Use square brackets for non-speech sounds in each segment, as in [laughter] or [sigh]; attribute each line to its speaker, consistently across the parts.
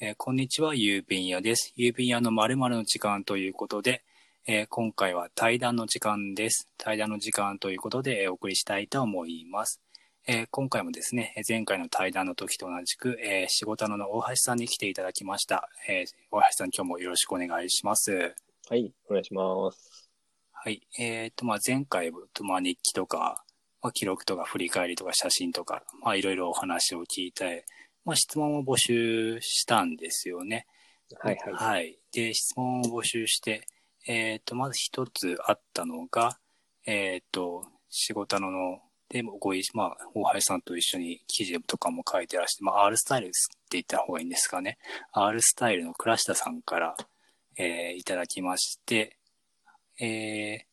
Speaker 1: えーこんにちは、郵便屋です。郵便屋の〇〇の時間ということで、えー今回は対談の時間です。対談の時間ということでえーお送りしたいと思います。えー今回もですね、えー前回の対談の時と同じく、えー仕事のの大橋さんに来ていただきました。えー大橋さん、今日もよろしくお願いします。
Speaker 2: はい、お願いします。
Speaker 1: はい。えっ、と、まあ、前回も、まあ、日記とか、まあ、記録とか振り返りとか写真とか、まあ、いろいろお話を聞いて、まあ、質問を募集したんですよね。
Speaker 2: はいはい。
Speaker 1: で、質問を募集して、えっ、と、まず一つあったのが、えっ、と、仕事のの、でもごい、まあ、大橋さんと一緒に記事とかも書いてらして、まあ、R スタイルって言った方がいいんですかね。R スタイルの倉下さんから、えーいただきまして、えー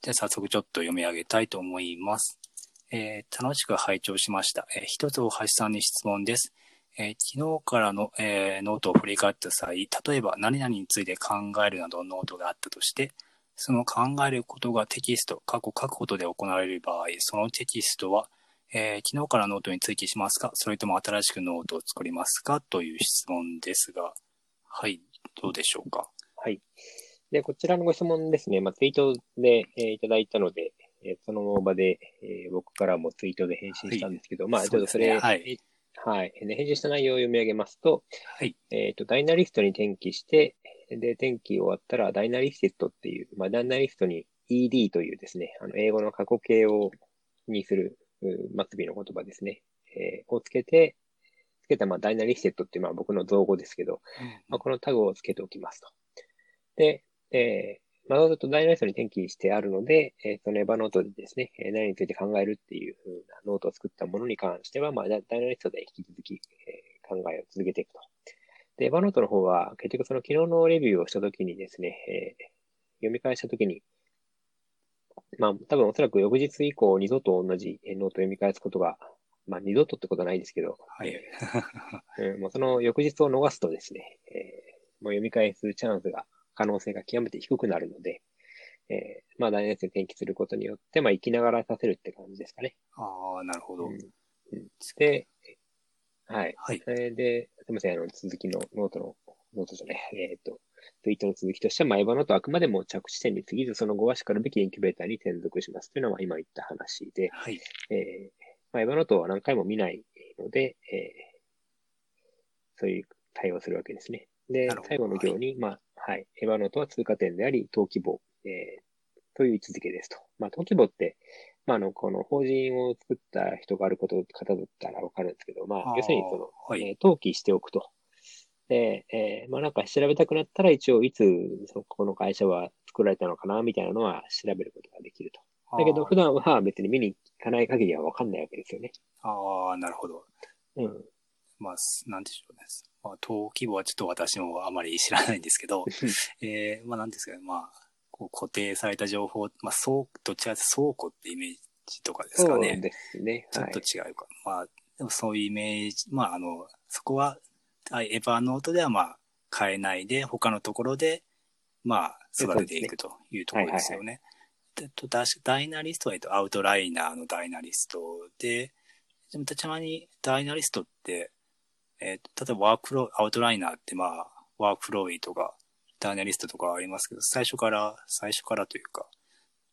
Speaker 1: じゃあ早速ちょっと読み上げたいと思います。えー楽しく拝聴しました。えー一つ大橋さんに質問です。えー昨日からの、えーノートを振り返った際、例えば何々について考えるなどのノートがあったとして、その考えることがテキスト、過去書くことで行われる場合、そのテキストは、えー昨日からノートに追記しますかそれとも新しくノートを作りますかという質問ですが、はい、どうでしょうか
Speaker 2: はい。で、こちらのご質問ですね、まあ、ツイートで、えーいただいたので、えーその場で、えー僕からもツイートで返信したんですけど、まあ、ちょっとそれ、
Speaker 1: そう
Speaker 2: はい
Speaker 1: で、
Speaker 2: で返信した内容を読み上げますと、
Speaker 1: はい。
Speaker 2: えっ、と、ダイナリストに転記して、で、転記終わったら、ダイナリステッドっていう、まあ、ダイナリストに ED というですね、あの英語の過去形を、にする、うん末尾の言葉ですね、えーをつけて、つけた、まあ、ダイナリステッドっていう、まあ、僕の造語ですけど、まあ、このタグをつけておきますと。で、えー、まあ、ずっとダイナリストに転記してあるので、えーそのエヴァノートでですね、えー何について考えるっていう風なノートを作ったものに関しては、まあ、ダダイナリストで引き続き、えー考えを続けていくと。で、エヴァノートの方は、結局その昨日のレビューをしたときにですね、えー読み返したときに、まあ、多分おそらく翌日以降、二度と同じえーノートを読み返すことが、まあ、二度とってことはないですけど、
Speaker 1: はい。
Speaker 2: うんもうその翌日を逃すとですね、えーもう読み返すチャンスが、可能性が極めて低くなるので、えーまあ、大年生転記することによって、まあ、生きながらさせるって感じですかね。
Speaker 1: ああ、なるほど。
Speaker 2: うんうんで、はい。
Speaker 1: はい。
Speaker 2: それで、すみません、あの、続きのノートの、ノートじゃない、えっ、と、ツイートの続きとしては、まあ、エヴァノートはあくまでも着地点に過ぎず、その後はしかるべきインキュベーターに転属しますというのは、今言った話で、
Speaker 1: はい。
Speaker 2: えーまあ、エヴァノートは何回も見ないので、えーそういう対応をするわけですね。で
Speaker 1: なるほど、
Speaker 2: 最後の行に、まあ、はい、エヴァノートは通過点であり、登記簿、えーという位置づけですと。まあ、登記簿って、まあ、あの、この法人を作った人があること、方だったらわかるんですけど、まあ、要するにその、
Speaker 1: あーはい。
Speaker 2: えー登記しておくと。で、えーまあなんか調べたくなったら一応いつそのこの会社は作られたのかなみたいなのは調べることができると。だけど、
Speaker 1: あー
Speaker 2: 普段は別に見に行かない限りは分かんないわけですよね。
Speaker 1: ああ、なるほど。
Speaker 2: うん。
Speaker 1: まあ、すなんでしょうね。まあ、登記簿はちょっと私もあまり知らないんですけ
Speaker 2: [laughs]
Speaker 1: ど、えー、まあ、なんですかね。まあ、こう固定された情報、まあ、倉どっちかというと倉庫ってイメージとかですか
Speaker 2: そう
Speaker 1: ね。
Speaker 2: ですね。
Speaker 1: ちょっと違うか。まあ、でもそういうイメージ、まあ、あの、そこは、あエヴァノートではまあ、変えないで、他のところで、まあ、育てていくというところですよね。でとダシダイナリストは、えっと、アウトライナーのダイナリストで、でも、たまにダイナリストって、えっと、例えばワークフロー、アウトライナーってまあ、ワークフローイとか、ダイナリストとかありますけど、最初から、最初からというか、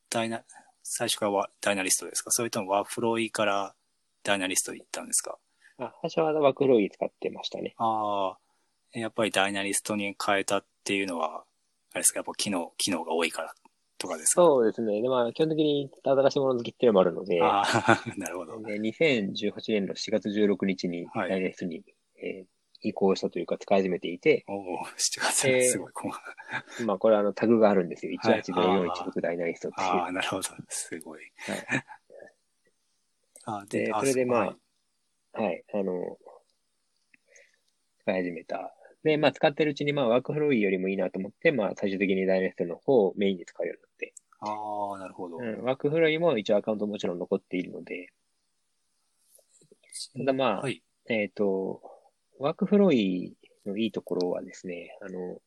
Speaker 1: ダイナ、最初からワダイナリストですかそれともワークフローイからダイナリスト行ったんですか
Speaker 2: あ最初はワークロイ使ってましたね。
Speaker 1: ああ、えやっぱりダイナリストに変えたっていうのは、あれですかやっぱ機能、機能が多いからとかですか
Speaker 2: そうですね。で、まあ基本的に新しいもの好きっていうのもあるので、
Speaker 1: ああ、 [laughs] なるほど。
Speaker 2: で2018年の4月16日に
Speaker 1: はい
Speaker 2: ダイレストに、えー移行したというか使い始めていて、
Speaker 1: おお、7月
Speaker 2: えー
Speaker 1: すごい細かい。
Speaker 2: まあこれはあのタグがあるんですよ。
Speaker 1: はい
Speaker 2: 180416ダイナリストっていう。
Speaker 1: ああ、なるほど。すごい。
Speaker 2: はい
Speaker 1: [laughs] あ
Speaker 2: で
Speaker 1: あ
Speaker 2: それでまあ
Speaker 1: はい
Speaker 2: はい、あの、使い始めた。で、まあ、使ってるうちに、まあ、ワークフローよりもいいなと思って、まあ、最終的にダイレストの方をメインに使うように
Speaker 1: ああ、なるほど。
Speaker 2: なって。うん、ワークフローも一応アカウントもちろん残っているので、ただまあ、
Speaker 1: はい。
Speaker 2: えっ、と、ワークフローのいいところはですね、あの、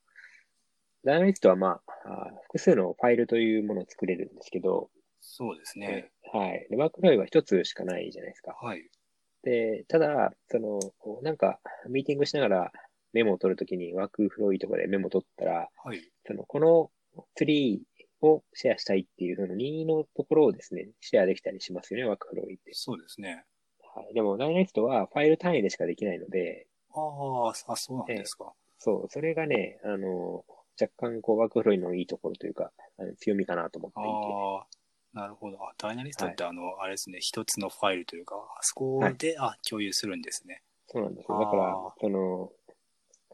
Speaker 2: ダイナリストはまあ、あー複数のファイルというものを作れるんですけど、
Speaker 1: そうですね。
Speaker 2: はい。でワークフローは一つしかないじゃないですか。
Speaker 1: はい。
Speaker 2: で、ただ、その、こうなんか、ミーティングしながら、メモを取るときにワークフローいいとこでメモ取ったら、
Speaker 1: はい。
Speaker 2: その、このツリーをシェアしたいっていう、その任意のところをですね、シェアできたりしますよね、ワークフローいいって。
Speaker 1: そうですね。
Speaker 2: はい。でも、ダイナリストはファイル単位でしかできないので、
Speaker 1: あーあ、そうなんですか。
Speaker 2: そう、それがね、あの、若干、こう、ワークフローのいいところというか、あの強みかなと思っていて。
Speaker 1: ああ、なるほど。あダイナリストって、あの、あれですね、一つのファイルというか、あそこで、あ、共有するんですね。
Speaker 2: そうなんですよ。だから
Speaker 1: あ、
Speaker 2: その、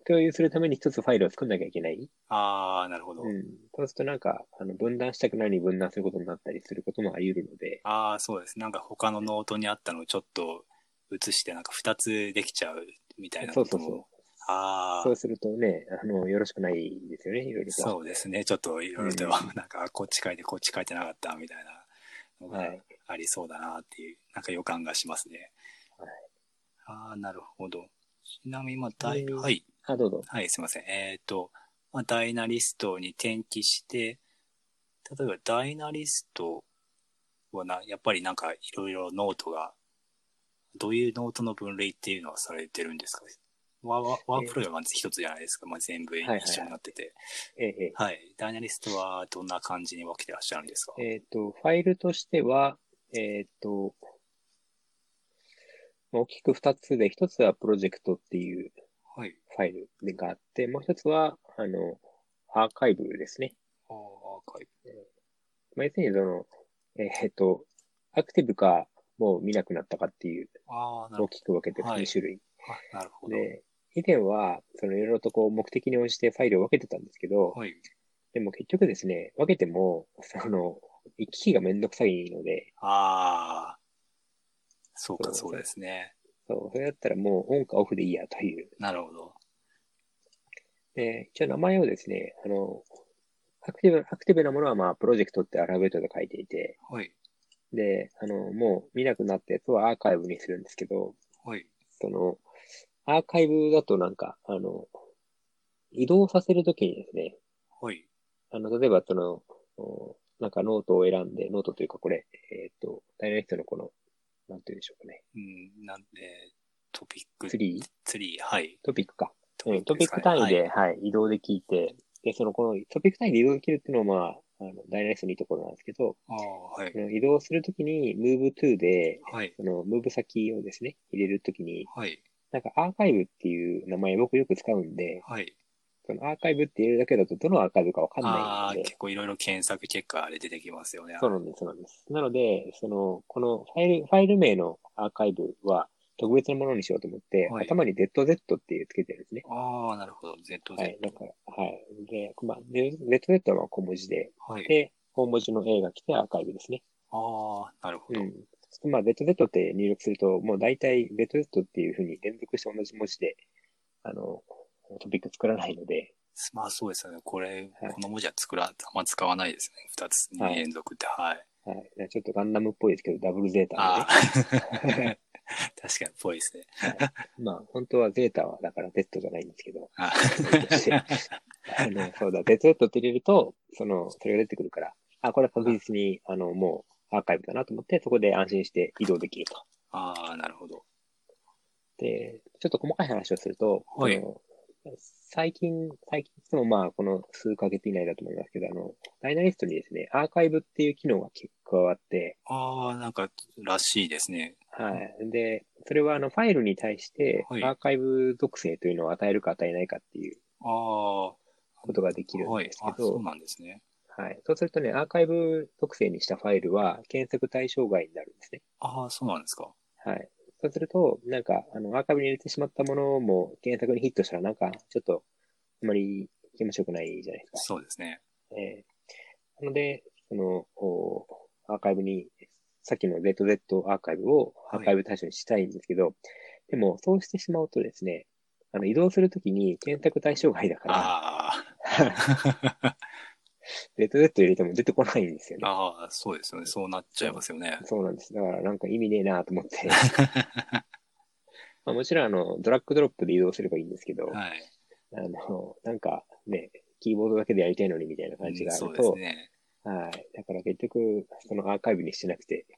Speaker 2: 共有するために一つファイルを作んなきゃいけない。
Speaker 1: ああ、なるほど。
Speaker 2: うん。そうするとなんか、あの、分断したくないに分断することになったりすることもあり得るので、
Speaker 1: ああ、そうです。なんか他のノートにあったのをちょっと移して、なんか二つできちゃうみたいな
Speaker 2: そ
Speaker 1: こ
Speaker 2: うそ
Speaker 1: とも。
Speaker 2: うそう。
Speaker 1: あ
Speaker 2: そ
Speaker 1: あ
Speaker 2: う、するとね、あの、よろしくないですよね、いろいろと。
Speaker 1: そうですね。ちょっといろいろと、
Speaker 2: うん
Speaker 1: なんか、こっち書いて、こっち書いてなかったみたいなの
Speaker 2: は
Speaker 1: が
Speaker 2: い。
Speaker 1: ありそうだなっていう、なんか予感がしますね。
Speaker 2: はい
Speaker 1: ああ、なるほど。ちなみに、まあ、だい
Speaker 2: うん
Speaker 1: はい。
Speaker 2: あ、どうぞ。
Speaker 1: はい、すいません。えっ、と、まあ、ダイナリストに転記して、例えばダイナリストはな、やっぱりなんかいろいろノートが、どういうノートの分類っていうのはされてるんですかワワワープロがまず一つじゃないですか。まあ、全部一
Speaker 2: はいはい
Speaker 1: 緒になってて。
Speaker 2: ええ
Speaker 1: はいダイナリストはどんな感じに分けてらっしゃるんですか
Speaker 2: えええっと、ファイルとしては、えっと、まあ大きく二つで、一つはプロジェクトっていう
Speaker 1: はい。
Speaker 2: ファイルがあって、もう一つは、あの、アーカイブですね。
Speaker 1: あーアーカイ
Speaker 2: まあ、要するにその、えーっと、アクティブか、もう見なくなったかっていう、
Speaker 1: ブ。ああ、なる
Speaker 2: 大
Speaker 1: ほ
Speaker 2: きく分けて
Speaker 1: はい
Speaker 2: 2種類。
Speaker 1: ど。なるほど。
Speaker 2: で、以前は、そのいろいろとこう目的に応じてファイルを分けてたんですけど、
Speaker 1: はい。
Speaker 2: でも結局ですね、分けても、その、行き来がめんどくさいので、
Speaker 1: ああ、そうか、
Speaker 2: そ
Speaker 1: そ
Speaker 2: う
Speaker 1: うですね。
Speaker 2: そう、それだったらもうオンかオフでいいやという。
Speaker 1: なるほど。
Speaker 2: で、一応名前をですね、あの、アクティブ、アクティブなものはまあ、プロジェクトってアルファベットで書いていて、
Speaker 1: はい。
Speaker 2: で、あの、もう見なくなったやつはアーカイブにするんですけど、
Speaker 1: はい。
Speaker 2: その、アーカイブだとなんか、あの、移動させるときにですね、
Speaker 1: はい。
Speaker 2: あの、例えばその、おなんかノートを選んで、ノートというかこれ、えっ、と、ダイナリストのこの、なんて言うんでしょうかね、
Speaker 1: うん、なんで、トピック、
Speaker 2: ツ
Speaker 1: ツリー、
Speaker 2: リー
Speaker 1: はい。
Speaker 2: トピックか。
Speaker 1: ト
Speaker 2: うん、トピック
Speaker 1: ですかね
Speaker 2: 単位で、
Speaker 1: はい
Speaker 2: はい、移動できて、で、その、このトピック単位で移動できるっていうのは、まあ、あの、ダイナリストのいいところなんですけど、
Speaker 1: ああ、はい
Speaker 2: そ。の移動するときに、move to で、
Speaker 1: はい。
Speaker 2: その、move 先をですね、入れるときに、
Speaker 1: はい。
Speaker 2: なんかアーカイブっていう名前僕よく使うんで、
Speaker 1: はい。
Speaker 2: そのアーカイブって入れるだけだとどのアーカイブかわかん
Speaker 1: あ
Speaker 2: な
Speaker 1: あ、
Speaker 2: いので
Speaker 1: 結、構いろいろ検索結果あれ出てきますよね。
Speaker 2: そうなんです、そうなんです。なので、その、このファイル、ファイル名のアーカイブは特別なものにしようと思って、
Speaker 1: はい
Speaker 2: 頭に ZZ っていうつけてるんですね。
Speaker 1: ああ、なるほど。ZZ。
Speaker 2: は
Speaker 1: はいい。。
Speaker 2: だから、はい。で、まあ、で ZZ は小文字で、で、大文字の A が来てアーカイブですね。
Speaker 1: ああ、なるほ
Speaker 2: う
Speaker 1: ど。
Speaker 2: ん。まあ、ZZ って入力すると、もう大体 ZZ っていうふうに連続して同じ文字で、あの、トピック作らないので、
Speaker 1: まあそうですよね。これ、
Speaker 2: はい
Speaker 1: この文字は作ら、あんま使わないですね。二つに
Speaker 2: はい
Speaker 1: 連続って、はい。
Speaker 2: はい。ちょっとガンダムっぽいですけど、ダブルゼータなん
Speaker 1: あ
Speaker 2: で、
Speaker 1: あ、確かに [laughs] っぽいですね。
Speaker 2: まあ、本当はゼータは、だから Z じゃないんですけど、
Speaker 1: あ
Speaker 2: [laughs] あの、そうだ、Z って入れると、その、それが出てくるから、あ、これは確実に、あの、もう、アーカイブだなと思って、そこで安心して移動できると。
Speaker 1: あー、なるほど。
Speaker 2: で、ちょっと細かい話をすると、
Speaker 1: はい
Speaker 2: あの最近、最近、いつもまあ、この数ヶ月以内だと思いますけど、あの、ダイナリストにですね、アーカイブっていう機能が加わって、
Speaker 1: ああ、なんか、らしいですね。
Speaker 2: はい。で、それはあのファイルに対して
Speaker 1: はい
Speaker 2: アーカイブ属性というのを与えるか与えないかっていう
Speaker 1: ああ、は
Speaker 2: ことができるん
Speaker 1: い
Speaker 2: です。
Speaker 1: あ
Speaker 2: けど、
Speaker 1: そう
Speaker 2: はい。
Speaker 1: なんですね。
Speaker 2: そうするとね、アーカイブ属性にしたファイルは検索対象外になるんですね。
Speaker 1: ああ、そうなんですか。
Speaker 2: はい。そうすると、なんか、あの、アーカイブに入れてしまったものも検索にヒットしたら、なんか、ちょっと、あまり気持ちよくないじゃないですか。
Speaker 1: そうですね。
Speaker 2: えーなので、その、おアーカイブに、さっきの ZZ アーカイブをア
Speaker 1: はい
Speaker 2: ーカイブ対象にしたいんですけど、でも、そうしてしまうとですね、あの移動するときに検索対象外だから、
Speaker 1: あ
Speaker 2: [laughs] ZZ 入れても出てこないんですよ
Speaker 1: あ、
Speaker 2: ね。
Speaker 1: ああ、そうですよね。そうなっちゃいますよね。
Speaker 2: そうなんです。だから、なんか意味ねえなと思って。
Speaker 1: [laughs]
Speaker 2: まあ、もちろん、あの、ドラッグドロップで移動すればいいんですけど、
Speaker 1: はい。
Speaker 2: あの、なんかね、キーボードだけでやりたいのにみたいな感じがあ
Speaker 1: そう
Speaker 2: る
Speaker 1: です
Speaker 2: と、
Speaker 1: ね。
Speaker 2: はい。だから結局、そのアーカイブにしてなくて、っ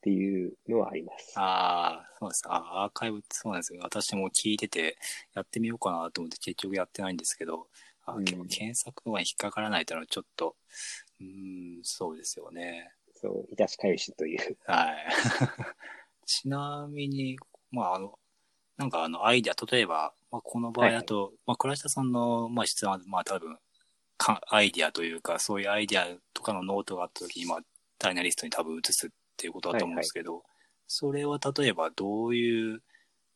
Speaker 2: ていうのはあります。
Speaker 1: ああ、そうです。あアーカイブ、そうなんですよ。私も聞いてて、やってみようかなと思って結局やってないんですけど、あ
Speaker 2: うん
Speaker 1: 結構検索とかに引っかからないというのはちょっと、うーん、そうですよね。
Speaker 2: そう、いたしかゆしという。
Speaker 1: はい。 [laughs] ちなみに、まあ、あの、なんかあの、アイデア、例えば、まあ、この場合だと、まあ、倉下さんの、まあ、質問は、まあ、多分、かアイデアというか、そういうアイデアとかのノートがあった時に、まあ、ダイナリストに多分移すっていうことだと思うんですけど、それは例えばどういう、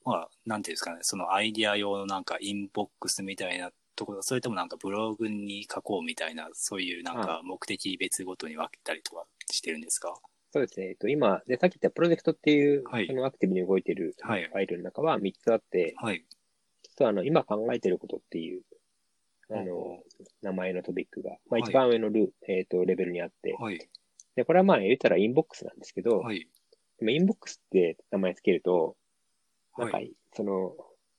Speaker 1: まあ、なんていうんですかね、そのアイデア用のなんかインボックスみたいなところ、それともなんかブログに書こうみたいな、そういうなんか目的別ごとに分けたりとかしてるんですか、
Speaker 2: そうですね。えっと、今、で、さっき言ったプロジェクトっていう、
Speaker 1: はい
Speaker 2: そのアクティブに動いてるフ
Speaker 1: はい
Speaker 2: ァイルの中は3つあって、
Speaker 1: はい。
Speaker 2: ちょっとあの、今考えてることっていう、あ
Speaker 1: お
Speaker 2: の、名前のトピックが、
Speaker 1: は
Speaker 2: まあ
Speaker 1: い
Speaker 2: 一番上のル、えっと、レベルにあって、
Speaker 1: はい。
Speaker 2: で、これはまあ言ったらインボックスなんですけど、
Speaker 1: はい。
Speaker 2: でもインボックスって名前つけると、なんか
Speaker 1: はい。、
Speaker 2: その、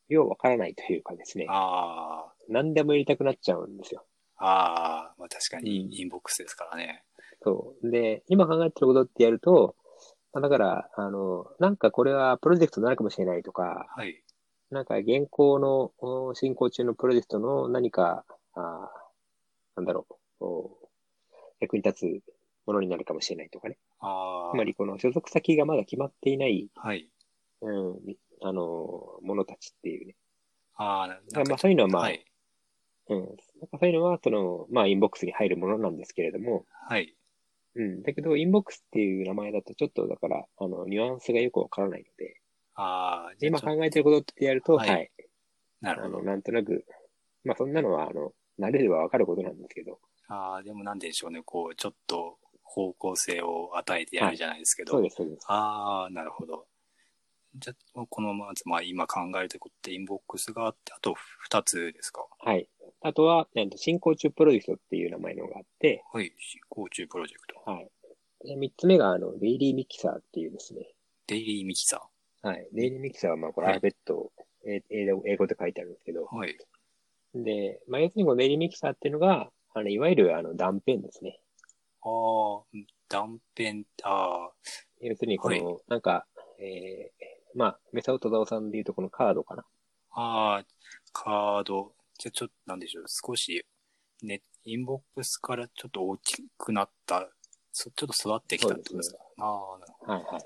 Speaker 2: ようわからないというかですね、
Speaker 1: あ
Speaker 2: 何でも入れたくなっちゃうんですよ。
Speaker 1: あ、ああ、まあ確かに
Speaker 2: うん
Speaker 1: インボックスですからね。
Speaker 2: そう。で、今考えてることってやると、まあだから、あの、なんかこれはプロジェクトになるかもしれないとか、
Speaker 1: はい。
Speaker 2: なんか現行のお進行中のプロジェクトの何か、あーなんだろうお、役に立つものになるかもしれないとかね。
Speaker 1: あ
Speaker 2: つまりこの所属先がまだ決まっていない、
Speaker 1: あ、はい。
Speaker 2: うん、あの、ものたちっていうね。
Speaker 1: ああ、なん
Speaker 2: ま
Speaker 1: か
Speaker 2: あ、そういうのはまあ、
Speaker 1: はい。
Speaker 2: うん。なんかそういうのは、その、まあ、インボックスに入るものなんですけれども、
Speaker 1: はい。
Speaker 2: うん。だけど、インボックスっていう名前だと、ちょっとだから、あの、ニュアンスがよくわからないので、
Speaker 1: ああ、じゃあ
Speaker 2: 今
Speaker 1: ちょ
Speaker 2: 考えてることってやると、
Speaker 1: はい
Speaker 2: はい
Speaker 1: なる
Speaker 2: あ
Speaker 1: ほど。
Speaker 2: の、なんとなく、まあ、そんなのは、あの、慣れればわかることなんですけど、
Speaker 1: ああ、でもなんでしょうね。こう、ちょっと方向性を与えてやるじゃないですけど。
Speaker 2: そうです、そうです。
Speaker 1: ああ、なるほど。じゃあ、このまず、まあ今考えてることってインボックスがあって、あと2つですか。
Speaker 2: はい。あとは、えっと進行中プロジェクトっていう名前のがあって、
Speaker 1: はい。進行中プロジェクト。
Speaker 2: はい。で、三つ目が、あの、デイリーミキサーっていうですね。
Speaker 1: デイリーミキサ
Speaker 2: はい。デイリーミキサーは、まあ、これ、ア
Speaker 1: はい
Speaker 2: ルファベットを、え英語英語で書いてあるんですけど、
Speaker 1: ー。はい。
Speaker 2: で、まあ、要するにこのデイリーミキサーっていうのが、あの、いわゆる、あの、断片ですね。
Speaker 1: ああ、断片、ああ、
Speaker 2: 要するに、この、なんか、えー、まあ、メサオトダオさんでいうと、このカードかな。
Speaker 1: ああ、カード。じゃあちょっと、なんでしょう。少し、ね、インボックスからちょっと大きくなった、そちょっと育ってきたってことですか。ああ、なるほど。
Speaker 2: はいはい。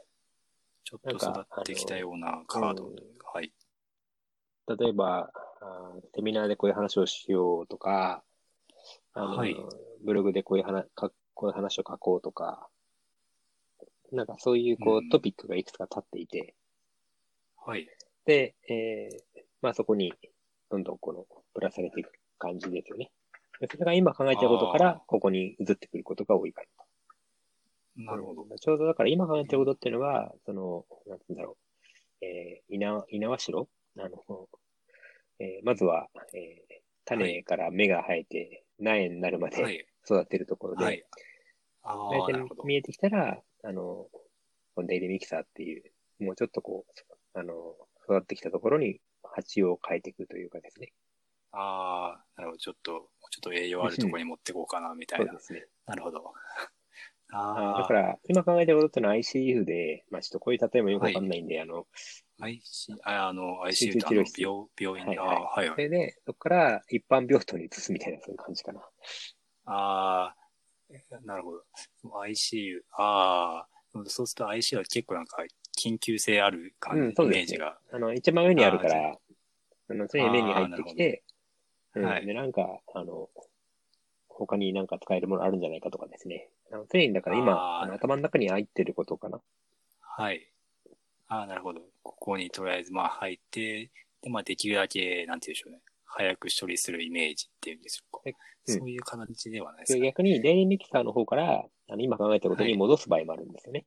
Speaker 1: ちょっと育ってきたようなカード。
Speaker 2: うん
Speaker 1: はい。
Speaker 2: 例えば、あーセミナーでこういう話をしようとか、あの、
Speaker 1: はい
Speaker 2: ブログでこういう話、かこういう話を書こうとか、なんかそういうこ
Speaker 1: うん
Speaker 2: うトピックがいくつか立っていて、
Speaker 1: はい。
Speaker 2: で、えー、まあそこにどんどんこの、ぶら下げていく感じですよね。でそれが今考えてることか
Speaker 1: あー
Speaker 2: ら、ここに移ってくることが多いかな。
Speaker 1: なるほど。
Speaker 2: うんちょうどだから今考えてることっていうのは、その、なんて言うんだろう、えー、稲わ、稲わしろあの、えーまずは、えー種から芽が生えて、苗になるま
Speaker 1: は
Speaker 2: で
Speaker 1: い。
Speaker 2: 育てるところで、
Speaker 1: はい。あ
Speaker 2: 大
Speaker 1: あ、な
Speaker 2: 体
Speaker 1: るほど。
Speaker 2: 見えてきたら、あの、このデイリーミキサーっていう、もうちょっとこう、あの、育ってきたところに鉢を変えていくというかですね。
Speaker 1: ああ、なるほど。ちょっと、もうちょっと栄養あるところに持ってこうかな、みた
Speaker 2: そ
Speaker 1: いうな
Speaker 2: で。すね。
Speaker 1: なるほど。
Speaker 2: あーだ
Speaker 1: あ
Speaker 2: か
Speaker 1: あ、
Speaker 2: ら、今考えてることっていうのは ICU で、まあちょっとこういう例えもよくわかんないんで、あの、
Speaker 1: IC、ああの、
Speaker 2: 集
Speaker 1: ICU
Speaker 2: 中
Speaker 1: と
Speaker 2: 治
Speaker 1: あの
Speaker 2: 療室
Speaker 1: 病病院に、
Speaker 2: はいはい
Speaker 1: ああはいは
Speaker 2: そ
Speaker 1: い。
Speaker 2: れで、そこから一般病棟に移すみたいな、そういう感じかな。
Speaker 1: ああ、なるほど。ICU、ああ、そうすると ICU は結構なんか緊急性ある
Speaker 2: う
Speaker 1: 感
Speaker 2: ん
Speaker 1: じ、
Speaker 2: そ
Speaker 1: イ
Speaker 2: うです
Speaker 1: メ
Speaker 2: ね
Speaker 1: ージが。
Speaker 2: あの、一番上にあるか
Speaker 1: あー
Speaker 2: ら、あの、常に目に入ってきて、
Speaker 1: あー
Speaker 2: う
Speaker 1: なるほどはい
Speaker 2: ん、で、なんか、あの、他になんか使えるものあるんじゃないかとかですね。あの常に、だから
Speaker 1: あ
Speaker 2: 今、
Speaker 1: ー
Speaker 2: あの頭の中に入ってることかな。
Speaker 1: はい。ああ、なるほど。ここにとりあえずまあ入って、で、まあできるだけ、なんて言うんでしょうね。早く処理するイメージっていうんでしょうか。
Speaker 2: うん
Speaker 1: そういう形ではないです
Speaker 2: で
Speaker 1: か、ね。
Speaker 2: 逆に、デイリーミキサーの方から、あの今考えたことに戻す場合もあるんですよね。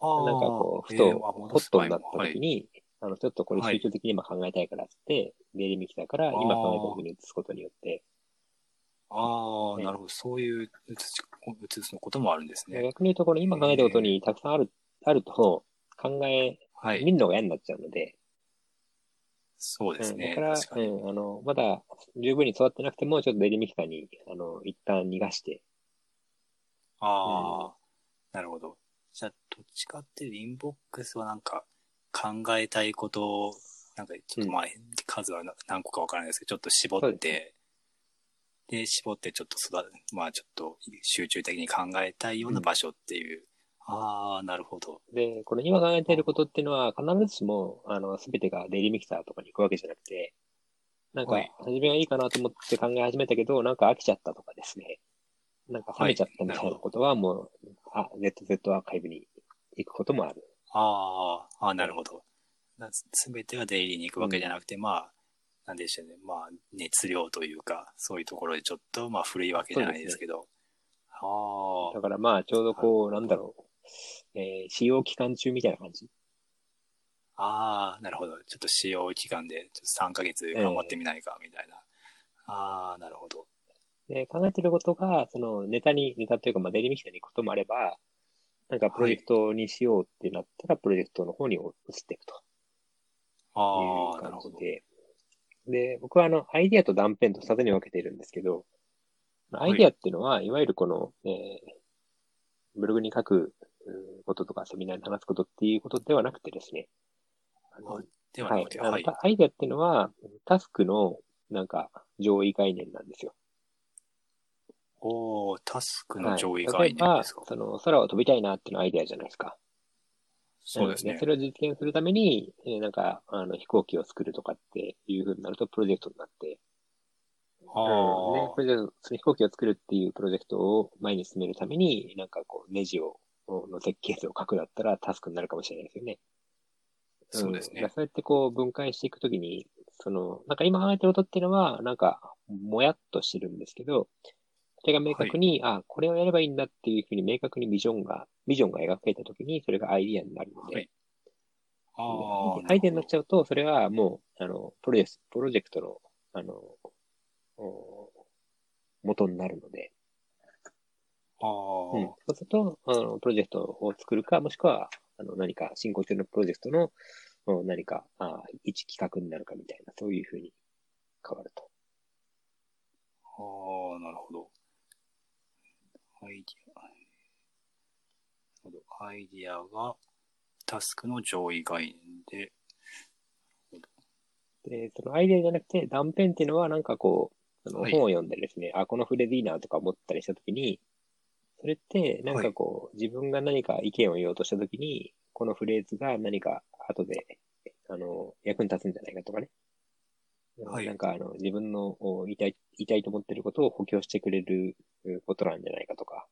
Speaker 1: あ
Speaker 2: なんかこう、
Speaker 1: ー
Speaker 2: ふと、
Speaker 1: えーあ戻
Speaker 2: ホッ
Speaker 1: す
Speaker 2: ト
Speaker 1: 場合
Speaker 2: になっ
Speaker 1: も
Speaker 2: た
Speaker 1: は
Speaker 2: 時
Speaker 1: い
Speaker 2: に、あの、ちょっとこれ
Speaker 1: はい
Speaker 2: 集中的に今考えたいからっつって、デイリーミキサーから今考えたことに移すことによって、
Speaker 1: ああ、
Speaker 2: ね
Speaker 1: なるほど。そういう移し、移すこともあるんですね。
Speaker 2: 逆に言うと、この今考えたことにたくさんある、あると、考え、
Speaker 1: はい。
Speaker 2: 見るのが嫌になっちゃうので、
Speaker 1: そうです
Speaker 2: うん
Speaker 1: ね。
Speaker 2: だから、
Speaker 1: 確かに。
Speaker 2: うん、あの、まだ十分に育ってなくても、ちょっとデイリーミキサーに、あの、一旦逃がして、
Speaker 1: ああ、なるほど。じゃあ、どっちかっていうとインボックスはなんか考えたいことを、なんかちょっとまあ、数はな何個かわからないですけど、ちょっと絞
Speaker 2: そう
Speaker 1: っ
Speaker 2: です
Speaker 1: て、で絞ってちょっと育て、まあちょっと集中的に考えたいような場所っていう。ああ、なるほど。
Speaker 2: で、この今考えていることっていうのは、必ずしも、あの、すべてがデイリーミキサーとかに行くわけじゃなくて、なんか
Speaker 1: はい、
Speaker 2: 初めはいいかなと思って考え始めたけど、なんか飽きちゃったとかですね。なんか冷めちゃったみたいなことは、もう、あ、ZZ アーカイブに行くこともある。
Speaker 1: ああ、あーなるほど。なすべてが出入りに行くわけじゃなくて、まあ、なんでしょうね。まあ、熱量というか、そういうところでちょっと、まあ、古いわけじゃないですけど。ああ
Speaker 2: だからまあ、ちょうどこう、なんだろう。えー使用期間中みたいな感じ。
Speaker 1: ああ、なるほど。ちょっと使用期間で、ちょっと3ヶ月頑張ってみないか、みたいな。ああ、なるほど。
Speaker 2: で、考えてることが、その、ネタに、ネタというか、まあ、デイリーミキサーに行くこともあれば、なんかプロジェクトにしようってなったら、プロジェクトの方に移っていくと。
Speaker 1: あ
Speaker 2: い
Speaker 1: あ、
Speaker 2: う
Speaker 1: な
Speaker 2: 感
Speaker 1: るほ
Speaker 2: じ
Speaker 1: ど。
Speaker 2: で。で、僕はあの、アイディアと断片と二つに分けてるんですけど、ア
Speaker 1: い
Speaker 2: イディアっていうのは、いわゆるこの、えーブログに書くうんこととかセミナーに話すことっていうことではなくてですね。あの
Speaker 1: はいでは
Speaker 2: は
Speaker 1: ないくて、。
Speaker 2: あの
Speaker 1: はい。
Speaker 2: たアイディアっていうのは、タスクの、なんか、上位概念なんですよ。
Speaker 1: おおタスク
Speaker 2: は
Speaker 1: の
Speaker 2: い
Speaker 1: 上位
Speaker 2: 例
Speaker 1: 概
Speaker 2: え
Speaker 1: 念
Speaker 2: ば、
Speaker 1: ですか。
Speaker 2: その、空を飛びたいなっていうのはアイディアじゃないですか。
Speaker 1: そうですね
Speaker 2: そ。れを実現するために、えーなんか、あの、飛行機を作るとかっていうふうになると、プロジェクトになって、
Speaker 1: あ
Speaker 2: うんね、こ
Speaker 1: あ、
Speaker 2: れじゃあその飛行機を作るっていうプロジェクトを前に進めるために、なんかこう、ネジを、の設計図を書くだったらタスクになるかもしれないですよね。ん
Speaker 1: そうです
Speaker 2: だから
Speaker 1: ね。
Speaker 2: そうやってこう、分解していくときに、その、なんか今考えてることっていうのは、なんか、もやっとしてるんですけど、それが明確に、あ、これをやればいいんだっていうふうに明確にビジョンが、ビジョンが描けたときに、それがアイディアになるので、
Speaker 1: はいあ
Speaker 2: で
Speaker 1: あ、
Speaker 2: アイデアになっ
Speaker 1: る
Speaker 2: ちゃうと、それはもう、あの、プロジェスプロジェクトの、あの、お元になるので、
Speaker 1: ほ
Speaker 2: うん
Speaker 1: ど。ああ、
Speaker 2: そうすると、あの、プロジェクトを作るか、もしくは、あの、何か、進行中のプロジェクトの、お何か、あ一企画になるかみたいな、そういうふうに変わると。
Speaker 1: ああ、なるほど。アイディア。なるほど。アイディアがタスクの上位概念で。
Speaker 2: で、そのアイデアじゃなくて、断片っていうのは、なんかこう、その
Speaker 1: はい
Speaker 2: 本を読んでですね、あ、この筆でいいなとか思ったりしたときに、それって、なんかこう、自分が何か意見を言おうとしたときに、このフレーズが何か後で、あの、役に立つんじゃないかとかね。
Speaker 1: はい
Speaker 2: なんかあの、自分のお言いたい、言いたいと思ってることを補強してくれるうことなんじゃないかとか。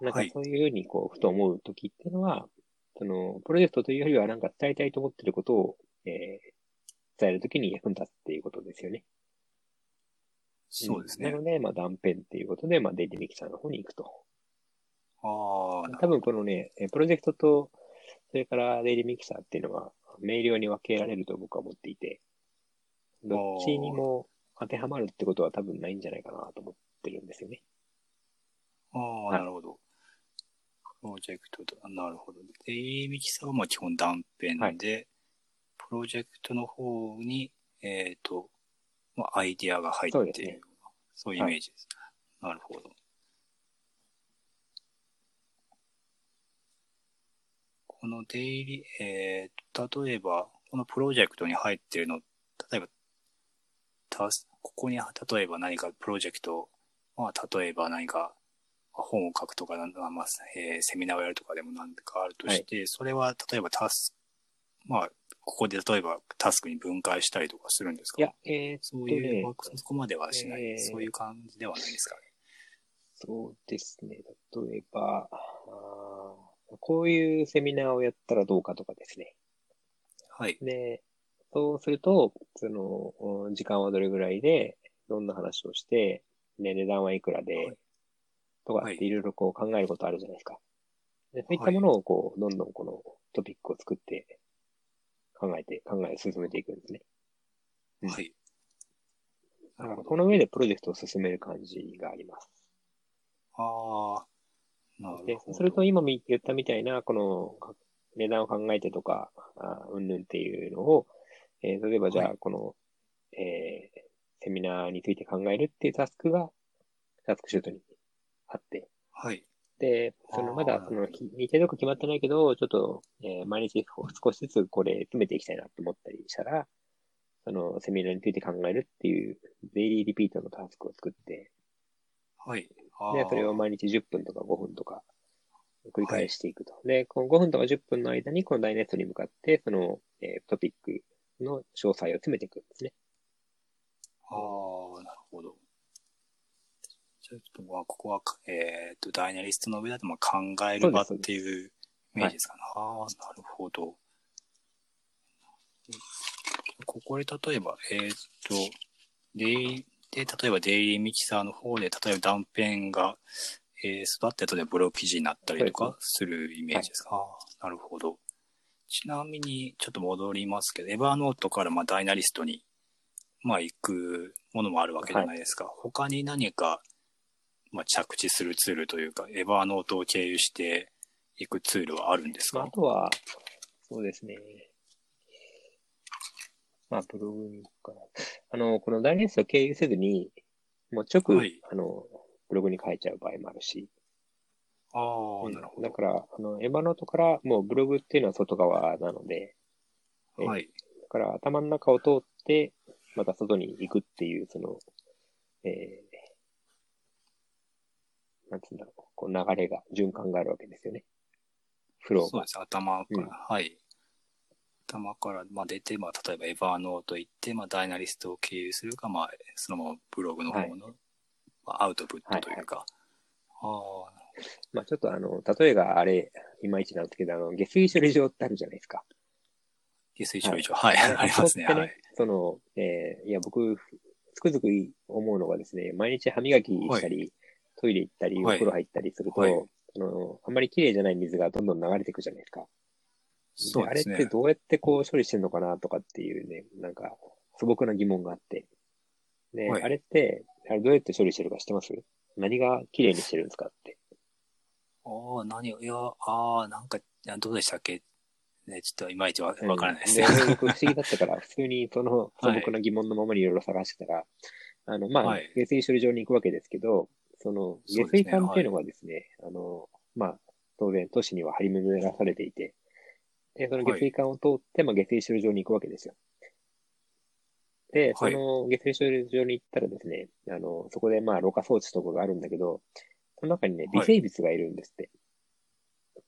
Speaker 2: なんか
Speaker 1: はい
Speaker 2: そういうふうに、こう、ふと思うときっていうのは、その、プロジェクトというよりは、なんか伝えたいと思ってることを、えー、伝えるときに役に立つっていうことですよね。
Speaker 1: そうです
Speaker 2: ん
Speaker 1: ね
Speaker 2: な。ので、まあ断片っていうことで、まあデイリーミキサーの方に行くと。
Speaker 1: ああ、なる
Speaker 2: 多分このね、えプロジェクトと、それからデイリーミキサーっていうのは、明瞭に分けられると僕は思っていて、どっちにも当てはまるってことは多分ないんじゃないかなと思ってるんですよね。
Speaker 1: あ
Speaker 2: は
Speaker 1: あ、
Speaker 2: い
Speaker 1: なるほど。プロジェクトと、なるほど。で、いいミキサーはまあ基本断片で、プロジェクトの方に、えっ、と、まあ、アイディアが入ってい
Speaker 2: そ
Speaker 1: うる
Speaker 2: ですね
Speaker 1: そういうイメージです。なるほど。この出入り、えーと、例えば、このプロジェクトに入ってるの、例えば、たすここに、例えば何かプロジェクト、まあ、例えば何か、本を書くとか、なんまあえーセミナーをやるとかでも何かあるとして、それは例えばタスク、まあ、ここで例えばタスクに分解したりとかするんですか
Speaker 2: いや、えー
Speaker 1: そういう、
Speaker 2: えっ
Speaker 1: そこまではしない、
Speaker 2: えー
Speaker 1: そういう感じではないですかね。
Speaker 2: そうですね。例えば、あーこういうセミナーをやったらどうかとかですね。
Speaker 1: はい。
Speaker 2: で、そうすると、その、うん時間はどれぐらいで、どんな話をして、ね、値段はいくら
Speaker 1: はい
Speaker 2: で、とか
Speaker 1: は
Speaker 2: っ
Speaker 1: い
Speaker 2: ていろいろこう考えることあるじゃないですか。でそういった
Speaker 1: はい
Speaker 2: ものをこう、どんどんこのトピックを作って、考えて、考え、進めていくんですね。うん
Speaker 1: はい。な
Speaker 2: だか
Speaker 1: る
Speaker 2: ら
Speaker 1: ほ
Speaker 2: こ
Speaker 1: ど。
Speaker 2: の上でプロジェクトを進める感じがあります。
Speaker 1: ああ、な
Speaker 2: で
Speaker 1: るほ、ど。
Speaker 2: それと今み言ったみたいな、このか値段を考えてとか、あうんぬんっていうのを、えー例えばじゃあ
Speaker 1: は、
Speaker 2: この、えーセミナーについて考えるっていうタスクが、タスクシュートにあって、
Speaker 1: はい。
Speaker 2: で、そのまだ
Speaker 1: あー
Speaker 2: その日日程とか決まってないけど、ちょっと、えー毎日少しずつこれ詰めていきたいなと思ったりしたら、そのセミナーについて考えるっていう、デイリーリピートのタスクを作って、
Speaker 1: はい。あ
Speaker 2: で
Speaker 1: ー、
Speaker 2: それを毎日10分とか5分とか繰り返していくと。で、この5分とか10分の間に、このダイネストに向かって、その、えートピックの詳細を詰めていくんですね。
Speaker 1: ああ、なるほど。ちょっと、まあ、ここは、えっ、と、ダイナリストの上だと、まあ、考える場っていうイメージですかね。ああ、なるほど。ここで、例えば、えっ、と、デイで、例えばデイリーミキサーの方で、例えば断片が、えー、育って、例えばブログ記事になったりとかするイメージですか。あーなるほど。ちなみに、ちょっと戻りますけど、エバーノートから、まあ、ダイナリストに、まあ、行くものもあるわけじゃないですか。他に何か、まあ、着地するツールというか、エバーノートを経由していくツールはあるんです
Speaker 2: まあ、
Speaker 1: か
Speaker 2: あとは、そうですね。まあ、ブログに行くかな。あの、この大ニュースを経由せずに、もう直、
Speaker 1: はい
Speaker 2: あの、ブログに書いちゃう場合もあるし。
Speaker 1: ああ
Speaker 2: う
Speaker 1: ー、
Speaker 2: ん
Speaker 1: なるほ
Speaker 2: だ
Speaker 1: ど。
Speaker 2: から、あの、エヴァノートから、もうブログっていうのは外側なので、ら
Speaker 1: はい。
Speaker 2: だから頭の中を通って、また外に行くっていう、その、えー、なんつうんだろう、こう流れが、循環があるわけですよね。フロー
Speaker 1: そう
Speaker 2: が
Speaker 1: で。す、頭から、
Speaker 2: うん
Speaker 1: はい。頭から、まあ、出て、まあ、例えばエバーノート行って、まあ、ダイナリストを経由するか、まあ、そのままブログの方の、まあ、アウトプットというか。ああ、
Speaker 2: まあちょっとあの、例えがあれ、いまいちなんですけど、あの、下水処理場ってあるじゃないですか。
Speaker 1: 下水処理場、はい、
Speaker 2: は
Speaker 1: [laughs]
Speaker 2: い
Speaker 1: ありますね。
Speaker 2: ここって
Speaker 1: は
Speaker 2: ね
Speaker 1: い。
Speaker 2: その、えーいや、僕、つくづく思うのがですね、毎日歯磨きしたり、トイレ行ったり、お
Speaker 1: はい
Speaker 2: 風呂入ったりすると、
Speaker 1: はい
Speaker 2: その、あんまり綺麗じゃない水がどんどん流れていくじゃないですか。
Speaker 1: そうです
Speaker 2: あれっ
Speaker 1: ね
Speaker 2: て。どうやってこう処理してんのかなとかっていうね、なんか、素朴な疑問があって。で、
Speaker 1: はい
Speaker 2: あれって、あれどうやって処理してるか知ってます何が綺麗にしてるんですかって。
Speaker 1: ああ、何を、いや、ああ、なんか、いやどうでしたっけね、ちょっといまいちわわからない [laughs] ですね。
Speaker 2: うん僕不思議だった
Speaker 1: [laughs]
Speaker 2: から、普通にその素朴な疑問のままにいろいろ探してたら、あの、まあ、
Speaker 1: はい
Speaker 2: 下水処理場に行くわけですけど、その、
Speaker 1: そう
Speaker 2: 下
Speaker 1: ですね
Speaker 2: 水管っていうのはですね、あの、まあ、当然都市には張り巡らされていて、で、その下水管を通って、まあ、下水処理場に行くわけですよ。で、そ
Speaker 1: はい
Speaker 2: の下水処理場に行ったらですね、あの、そこでまあ、ろ過装置とかがあるんだけど、その中にね、微生物がいるんですって。
Speaker 1: あ
Speaker 2: で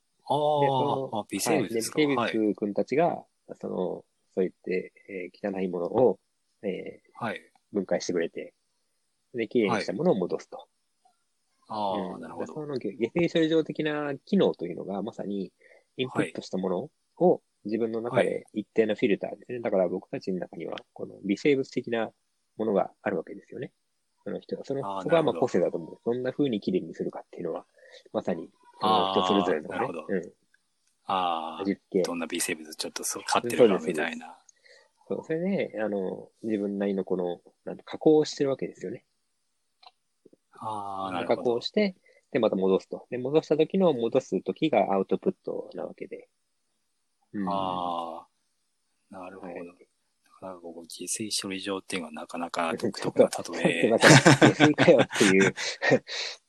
Speaker 2: そ
Speaker 1: あ、あ微生物ですか。
Speaker 2: はい
Speaker 1: は
Speaker 2: で
Speaker 1: い。
Speaker 2: 微生物君たちが、その、そう言って、えー汚いものを、え
Speaker 1: はい。
Speaker 2: ー分解してくれて、で、綺麗にしたものを戻すと。
Speaker 1: あ
Speaker 2: う
Speaker 1: あ、
Speaker 2: ん
Speaker 1: なるほ
Speaker 2: そ
Speaker 1: ど。
Speaker 2: の下下水処理場的な機能というのが、まさに、インプットしたものを自分の中で一定のフィルターですね。だから僕たちの中には、この微生物的なものがあるわけですよね。その人、そ
Speaker 1: あ
Speaker 2: の、
Speaker 1: ー
Speaker 2: そこは
Speaker 1: なるほ
Speaker 2: まあ
Speaker 1: ど
Speaker 2: 個性だと思う。どんな風に綺麗にするかっていうのは、まさに、その
Speaker 1: あー
Speaker 2: 人それぞれの
Speaker 1: なるほどあ
Speaker 2: ね、うん、
Speaker 1: あ、
Speaker 2: 味付け
Speaker 1: どんな微生物ちょっとそう飼ってるかみたいな。
Speaker 2: そう、それで、あの、自分なりのこの、なんて加工をしてるわけですよね。
Speaker 1: ああ、なる
Speaker 2: 加
Speaker 1: ほど
Speaker 2: 工。して、で、また戻すと。で、戻した時の戻す時がアウトプットなわけで。うん
Speaker 1: ああ、なるほど。
Speaker 2: はい
Speaker 1: なんかこう、下水処理場っていうのはなかなか独
Speaker 2: [laughs] ちょっ
Speaker 1: 特
Speaker 2: と
Speaker 1: な、
Speaker 2: ちょっ
Speaker 1: 例
Speaker 2: と
Speaker 1: え。
Speaker 2: また、下水かよっていう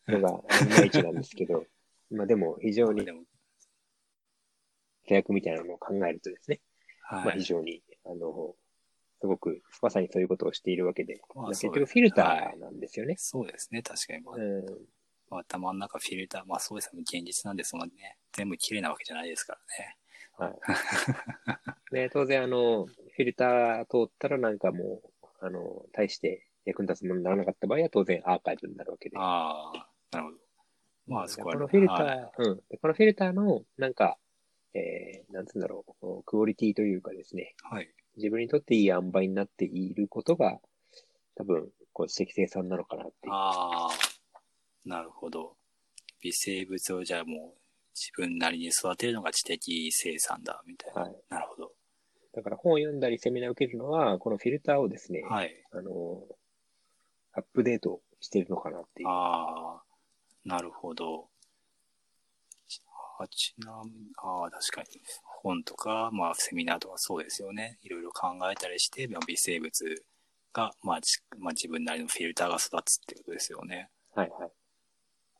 Speaker 1: [laughs]
Speaker 2: のが、いまいちなんですけど、まあでも、非常に
Speaker 1: でも
Speaker 2: 契約みたいなのを考えるとですね、ま
Speaker 1: は
Speaker 2: あ非
Speaker 1: い。
Speaker 2: 常に、あの、すごく、まさにそういうことをしているわけで、
Speaker 1: まあ
Speaker 2: まあ結
Speaker 1: そう
Speaker 2: 局フィルターなんですよね。
Speaker 1: そうですね、確かに。まあ
Speaker 2: うん
Speaker 1: まあ、頭の中フィルター、まあそうですね、現実なんで、そんなね、全部綺麗なわけじゃないですからね。
Speaker 2: で、当然、あの、フィルター通ったらなんかもう、あの、大して役に立つものにならなかった場合は当然アーカイブになるわけで。
Speaker 1: ああ、なるほど。まあそこは、
Speaker 2: このフィルター、
Speaker 1: はい
Speaker 2: うん。でこのフィルターの、なんか、えー、なんつうんだろうこう、クオリティというかですね、
Speaker 1: はい。
Speaker 2: 自分にとっていい塩梅になっていることが、多分、こう、適正さんなのかなっていう。
Speaker 1: ああ、なるほど。微生物をじゃあもう自分なりに育てるのが知的生産だ、みたいな。
Speaker 2: はい。
Speaker 1: なるほど。
Speaker 2: だから本を読んだりセミナーを受けるのは、このフィルターをですね、
Speaker 1: はい。
Speaker 2: あの、アップデートしてるのかなっていう。
Speaker 1: ああ、なるほど。あちなみに、ああ、確かに。本とか、まあ、セミナーとかそうですよね。いろいろ考えたりして、まあ微生物が、まあ、じまあ、自分なりのフィルターが育つってことですよね。
Speaker 2: はいはい。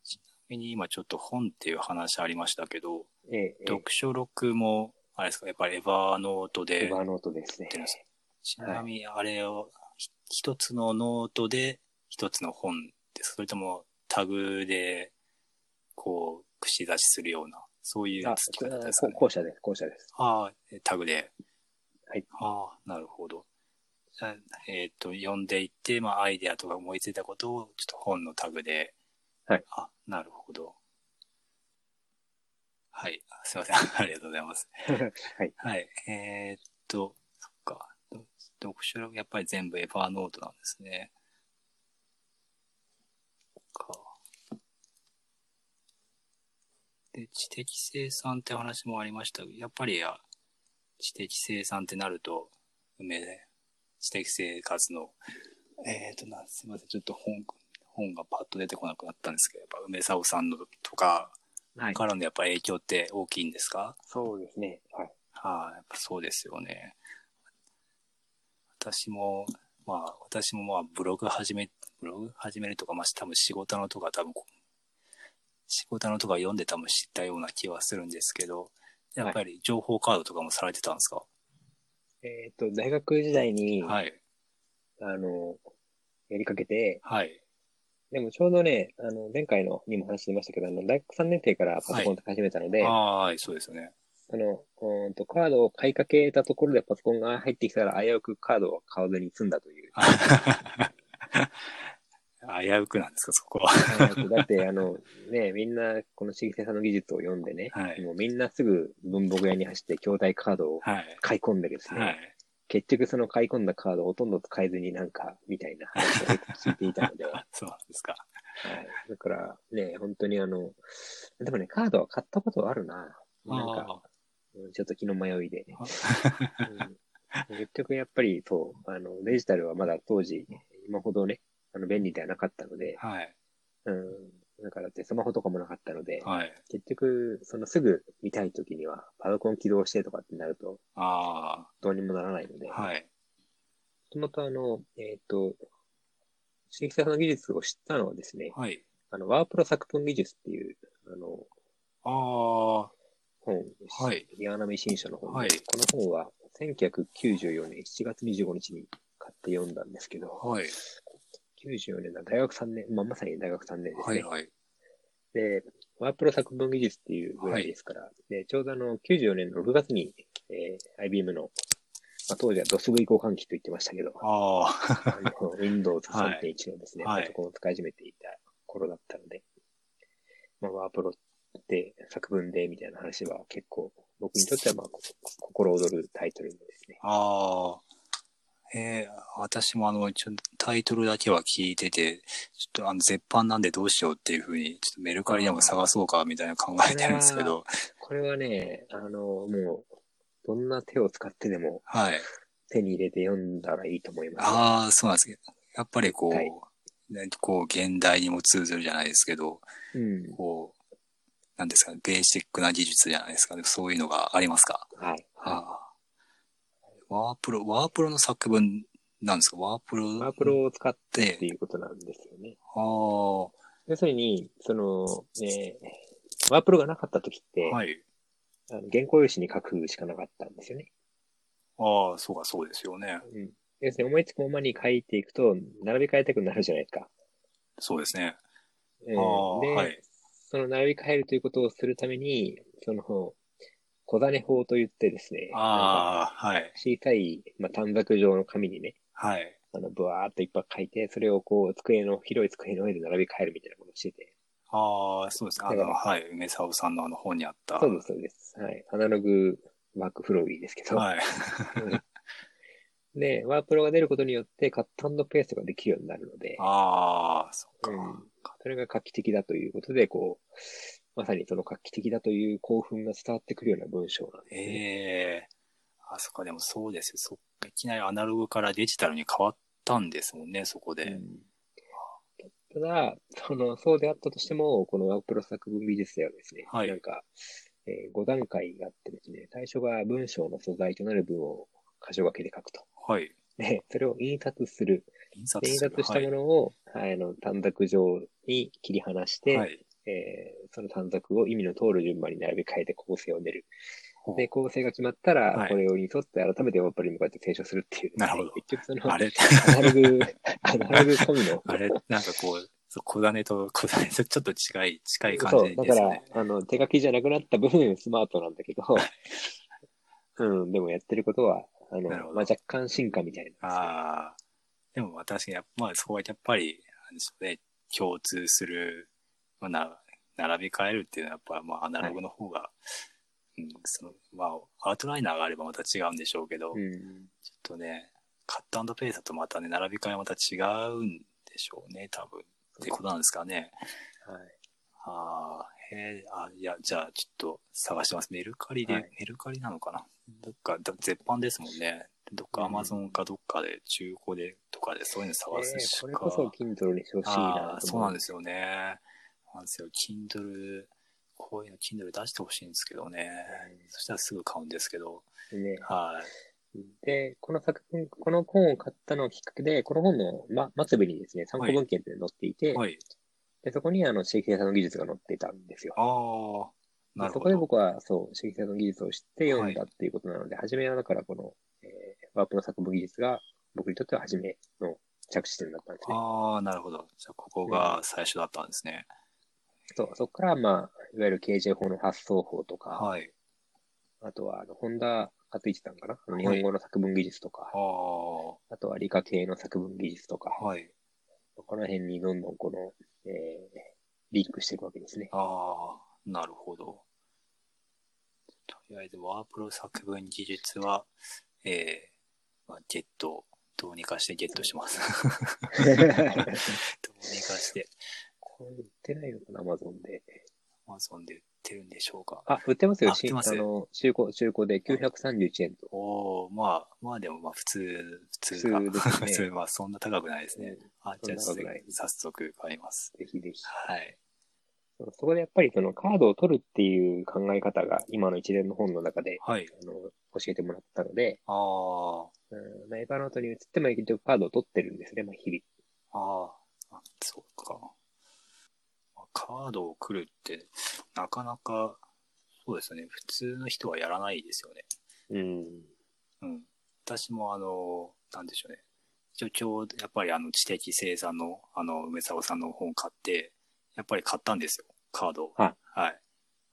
Speaker 1: ちれに今ちょっと本っていう話ありましたけど、
Speaker 2: ええ、え
Speaker 1: 読書録も、あれですか、やっぱりエヴァーノート
Speaker 2: え、エ
Speaker 1: で
Speaker 2: ヴァノートですね
Speaker 1: やって。るんですよちなみにあれを、ひ一つのノートで一つの本です。それともタグで、こう、串刺しするような、そういう
Speaker 2: あ
Speaker 1: 付き方ですか
Speaker 2: こ
Speaker 1: ね。
Speaker 2: 校舎です、校舎です。
Speaker 1: ああ、えタグで。
Speaker 2: はい。
Speaker 1: ああ、なるほど。じゃあえっ、と、読んでいって、まあ、アイデアとか思いついたことを、ちょっと本のタグで。
Speaker 2: はい。
Speaker 1: あ、なるほど。はい。すいません。 [laughs] ありがとうございます。
Speaker 2: [laughs] はい。
Speaker 1: はい。えーっと、そっか。ど読書録、やっぱり全部エヴァーノートなんですね。か。で、知的生産って話もありましたけど、やっぱりや知的生産ってなると、梅で、知的生活の、えーっとな、すいません。ちょっと本、本がパッと出てこなくなったんですけど、やっぱ梅沢さんのとか
Speaker 2: はい。
Speaker 1: からのやっぱ影響って大きいんですか、
Speaker 2: そうですね。はい。
Speaker 1: はい、やっぱそうですよね。私も、まあ、私もまあ、ブログ始め、ブログ始めるとか、まあ、多分仕事のとか、多分こう、仕事のとか読んで多分知ったような気はするんですけど、やっぱり情報カードとかもされてたんですか
Speaker 2: えっ、と、大学時代に、
Speaker 1: はい、
Speaker 2: あの、やりかけて、
Speaker 1: はい、
Speaker 2: でもちょうどね、あの、前回のにも話してましたけど、あの、大学3年生からパソコンを始めたので、
Speaker 1: はーい、そうですよね。 [laughs]
Speaker 2: その、うーんと、カードを買いかけたところでパソコンが入ってきたら、危うくカードを買わずに済んだという。
Speaker 1: 危うくなんですか、そこは。[laughs]
Speaker 2: だって、あの、ね、みんな、この茂生さんの技術を読んでね、
Speaker 1: はい
Speaker 2: もうみんなすぐ文房具屋に走って、筐体カードを
Speaker 1: はい、
Speaker 2: 買い込んでですね、
Speaker 1: はい。
Speaker 2: 結局その買い込んだカードをほとんど使えずになんか、みたいな話をよく聞いていたので、はい、
Speaker 1: あそうなんですか。
Speaker 2: だからね、本当にあの、でもね、カードは買ったことはあるな。なんか、うんちょっと気の迷いで。
Speaker 1: あ
Speaker 2: うん結局やっぱりそう、あの、デジタルはまだ当時、今ほどね、あの、便利ではなかったので、
Speaker 1: ーはい、
Speaker 2: うん。だからだってスマホとかもなかったので、
Speaker 1: はい。
Speaker 2: 結局、そのすぐ見たい時には、パソコン起動してとかってなると、
Speaker 1: あ
Speaker 2: どうにもならないので、
Speaker 1: あ、
Speaker 2: も
Speaker 1: はい、
Speaker 2: ともとあの、えっ、と、鈴木さんの技術を知ったのはですね、
Speaker 1: はい。
Speaker 2: あの、ワープロ作文技術っていう、あの、
Speaker 1: ああ、
Speaker 2: 本、
Speaker 1: はい。
Speaker 2: 岩波新書の本で、
Speaker 1: はい
Speaker 2: この本は1994年7月25日に買って読んだんですけど、
Speaker 1: はい。
Speaker 2: 94年だ、大学3年、まあ、まさに大学3年です
Speaker 1: は
Speaker 2: ね。
Speaker 1: いはい。
Speaker 2: で、ワープロ作文技術っていうぐらいですから、でちょうどあの、94年の6月に、えー IBM の、まあ、当時は DOSV 交換機と言ってましたけど、
Speaker 1: ああ。
Speaker 2: あの Windows
Speaker 1: はい
Speaker 2: 3.1のですね、
Speaker 1: はい
Speaker 2: パソコンを使い始めていた頃だったので、まあ、ワープロって作文でみたいな話は結構、僕にとってはまあ、こ心躍るタイトルですね。
Speaker 1: ああ。えー、私もあの、ちょタイトルだけは聞いてて、ちょっとあの、絶版なんでどうしようっていうふうに、ちょっとメルカリでも探そうかみたいな考えてるんですけど、
Speaker 2: これはね、あの、もう、どんな手を使ってでも
Speaker 1: はい。
Speaker 2: 手に入れて読んだらいいと思います。
Speaker 1: ああ、そうなんですけど、やっぱりこう、
Speaker 2: はい
Speaker 1: ねこう、現代にも通ずるじゃないですけど、
Speaker 2: うん。
Speaker 1: こう、なんですかね、ベーシックな技術じゃないですかね、そういうのがありますか。
Speaker 2: はい。
Speaker 1: ああ。ワープロ、ワープロの作文なんですかワープロ
Speaker 2: ワープロを使っ
Speaker 1: で
Speaker 2: てっていうことなんですよね。
Speaker 1: ああ、は
Speaker 2: 要するに、その、ね、ワープロがなかった時って、
Speaker 1: い。
Speaker 2: あの原稿用紙に書くしかなかったんですよね。
Speaker 1: ああ、そうか、そうですよね。
Speaker 2: うん。要するに思いつくままに書いていくと、並び替えたくなるじゃないですか。
Speaker 1: そうですね。
Speaker 2: えー
Speaker 1: ああ、
Speaker 2: で、
Speaker 1: はい。
Speaker 2: その並び替えるということをするために、その、小種法と言ってですね、なんか
Speaker 1: ああ、はい。
Speaker 2: 小さい、まあ、短冊状の紙にね、
Speaker 1: はい。
Speaker 2: あの、ブワーっといっぱい書いて、それをこう、机の、広い机の上で並び替えるみたいなことをしてて、
Speaker 1: ああ、そうです。あ
Speaker 2: だか
Speaker 1: の、
Speaker 2: ら
Speaker 1: はい。梅沢さんのあの本にあった。
Speaker 2: そうです、そうです。はい。アナログワークフローリーですけど。
Speaker 1: はい。
Speaker 2: うんで、ワープロが出ることによってカットペーストができるようになるので、
Speaker 1: ああ、そっか。
Speaker 2: うんそれが画期的だということで、こう、まさにその画期的だという興奮が伝わってくるような文章なんです、ね。
Speaker 1: ええあ、そっか、でもそうですよ。そっか、いきなりアナログからデジタルに変わったんですもんね、そこで。
Speaker 2: うんただ、その、そうであったとしても、このワープロ作文美術ではですね、
Speaker 1: はい
Speaker 2: なんか、え5段階があってですね、最初が文章の素材となる文を箇所書きで書くと。
Speaker 1: はい。
Speaker 2: で、それを印刷する。
Speaker 1: 印
Speaker 2: で
Speaker 1: 刷
Speaker 2: 印
Speaker 1: する
Speaker 2: 刷したも
Speaker 1: は
Speaker 2: のを、はいあの短冊状に切り離し
Speaker 1: い。
Speaker 2: て、
Speaker 1: はい。
Speaker 2: えーその短冊を意味の通る順番に並び替えて構成を練る
Speaker 1: ほう。
Speaker 2: で、構成が決まった
Speaker 1: は
Speaker 2: ら
Speaker 1: い、
Speaker 2: これをに沿って改めてオープンに向かって提唱するっていう、
Speaker 1: なるほど
Speaker 2: 結局その、
Speaker 1: あ
Speaker 2: ア [laughs]
Speaker 1: れ、
Speaker 2: ナログ、アナログ込み
Speaker 1: [laughs]
Speaker 2: の。
Speaker 1: あれ、なんかこう、そう小種と小種とちょっと近い、近い感
Speaker 2: そう、
Speaker 1: じ
Speaker 2: だ
Speaker 1: で
Speaker 2: か
Speaker 1: す
Speaker 2: ら
Speaker 1: ね。、
Speaker 2: あの、手書きじゃなくなった部分スマートなんだけど、うん、でもやってることは、あの、
Speaker 1: なるほど
Speaker 2: まあ、若干進化みたいな。
Speaker 1: ああ。でも私、やっぱまあそこはやっぱり、なんでしょうね、共通する、まあ、な並び替えるっていうのは、やっぱまあアナログの方が、うん、その、まあ、アウトライナーがあればまた違うんでしょうけど、
Speaker 2: う
Speaker 1: ちょっ
Speaker 2: ん。
Speaker 1: とね、カットペースだとまたね、並び替えはまた違うんでしょうね、多分。ってことなんですかね。
Speaker 2: はい。
Speaker 1: ああ、へえ、あ、いや、じゃあ、ちょっと探してます。メルカリで、
Speaker 2: はい
Speaker 1: メルカリなのかなどっか、だ絶版ですもんね。どっか
Speaker 2: うん
Speaker 1: アマゾンかどっかで、中古でとかで、そういうの探す
Speaker 2: え
Speaker 1: し
Speaker 2: ー
Speaker 1: か
Speaker 2: こ。れこそ Kindle にしてほしい
Speaker 1: あ
Speaker 2: な。
Speaker 1: あ、そうなんですすよね。なんですよ、Kindle、こういうの Kindle 出してほしいんですけどね。そしたらすぐ買うんですけど。
Speaker 2: ね、
Speaker 1: はい。
Speaker 2: で、この作品、この本を買ったのをきっかけで、この本の、ま、末尾にですね、参考文献っていうのが載っていて、
Speaker 1: はい。
Speaker 2: でそこにあの、シェイキさんの技術が載っていたんですよ。
Speaker 1: ああ、なる
Speaker 2: そ
Speaker 1: ほ
Speaker 2: こで
Speaker 1: ど。
Speaker 2: 僕は、そう、シェイキさんの技術を知って読んだっていうことなので、初めはだからこの、えーワープの作文技術が、僕にとっては初めの着地点だったんですね。
Speaker 1: ああ、なるほど。じゃあ、ここが最初だったんですね。
Speaker 2: そうそこから、まあ、いわゆる KJ 法の発想法とか、
Speaker 1: はい。
Speaker 2: あとは、あの、本田勝一さんかなあの日本語の作文技術とか、
Speaker 1: ああ、
Speaker 2: あとは理科系の作文技術とか、
Speaker 1: はい。
Speaker 2: この辺にどんどんこの、えー、リンクしていくわけです [laughs] ね。
Speaker 1: ああ、なるほど。とりあえず、ワープロ作文技術は、ええまあ、ゲット、どうにかしてゲットします。 [laughs]
Speaker 2: これ
Speaker 1: どうにかして、
Speaker 2: 売ってないのかな、アマゾンで。
Speaker 1: Amazon で売ってるんでしょうか。
Speaker 2: あ、売ってますよ、
Speaker 1: あ売ってます
Speaker 2: あの、中古、中古で931円と。
Speaker 1: おおまあ、まあでも、まあ、普通、普
Speaker 2: 普
Speaker 1: 通
Speaker 2: 通
Speaker 1: か。
Speaker 2: です
Speaker 1: [laughs] 普通、
Speaker 2: ね。
Speaker 1: まあ、そんな高くないです
Speaker 2: [laughs]
Speaker 1: ね。あ、じゃあ、
Speaker 2: そ
Speaker 1: 早
Speaker 2: んな高くない
Speaker 1: 速買います。
Speaker 2: ぜひぜひ。
Speaker 1: はい。
Speaker 2: そこでやっぱりそのカードを取るっていう考え方が今の一連の本の中で、
Speaker 1: はい。
Speaker 2: あの、教えてもらったので、
Speaker 1: ああ、
Speaker 2: うん、まあエヴァノートに移っても結局カードを取ってるんですね、まあ日々。
Speaker 1: ああ、そうか。まあカードをくるって、なかなか、そうですね、普通の人はやらないですよね。
Speaker 2: うん。
Speaker 1: うん。私も、あの、なんでしょうね。一応、ちょうどやっぱり、あの、知的生産の、あの、梅沢さんの本買って、やっぱり買ったんですよ、カードを。。
Speaker 2: はい
Speaker 1: はい。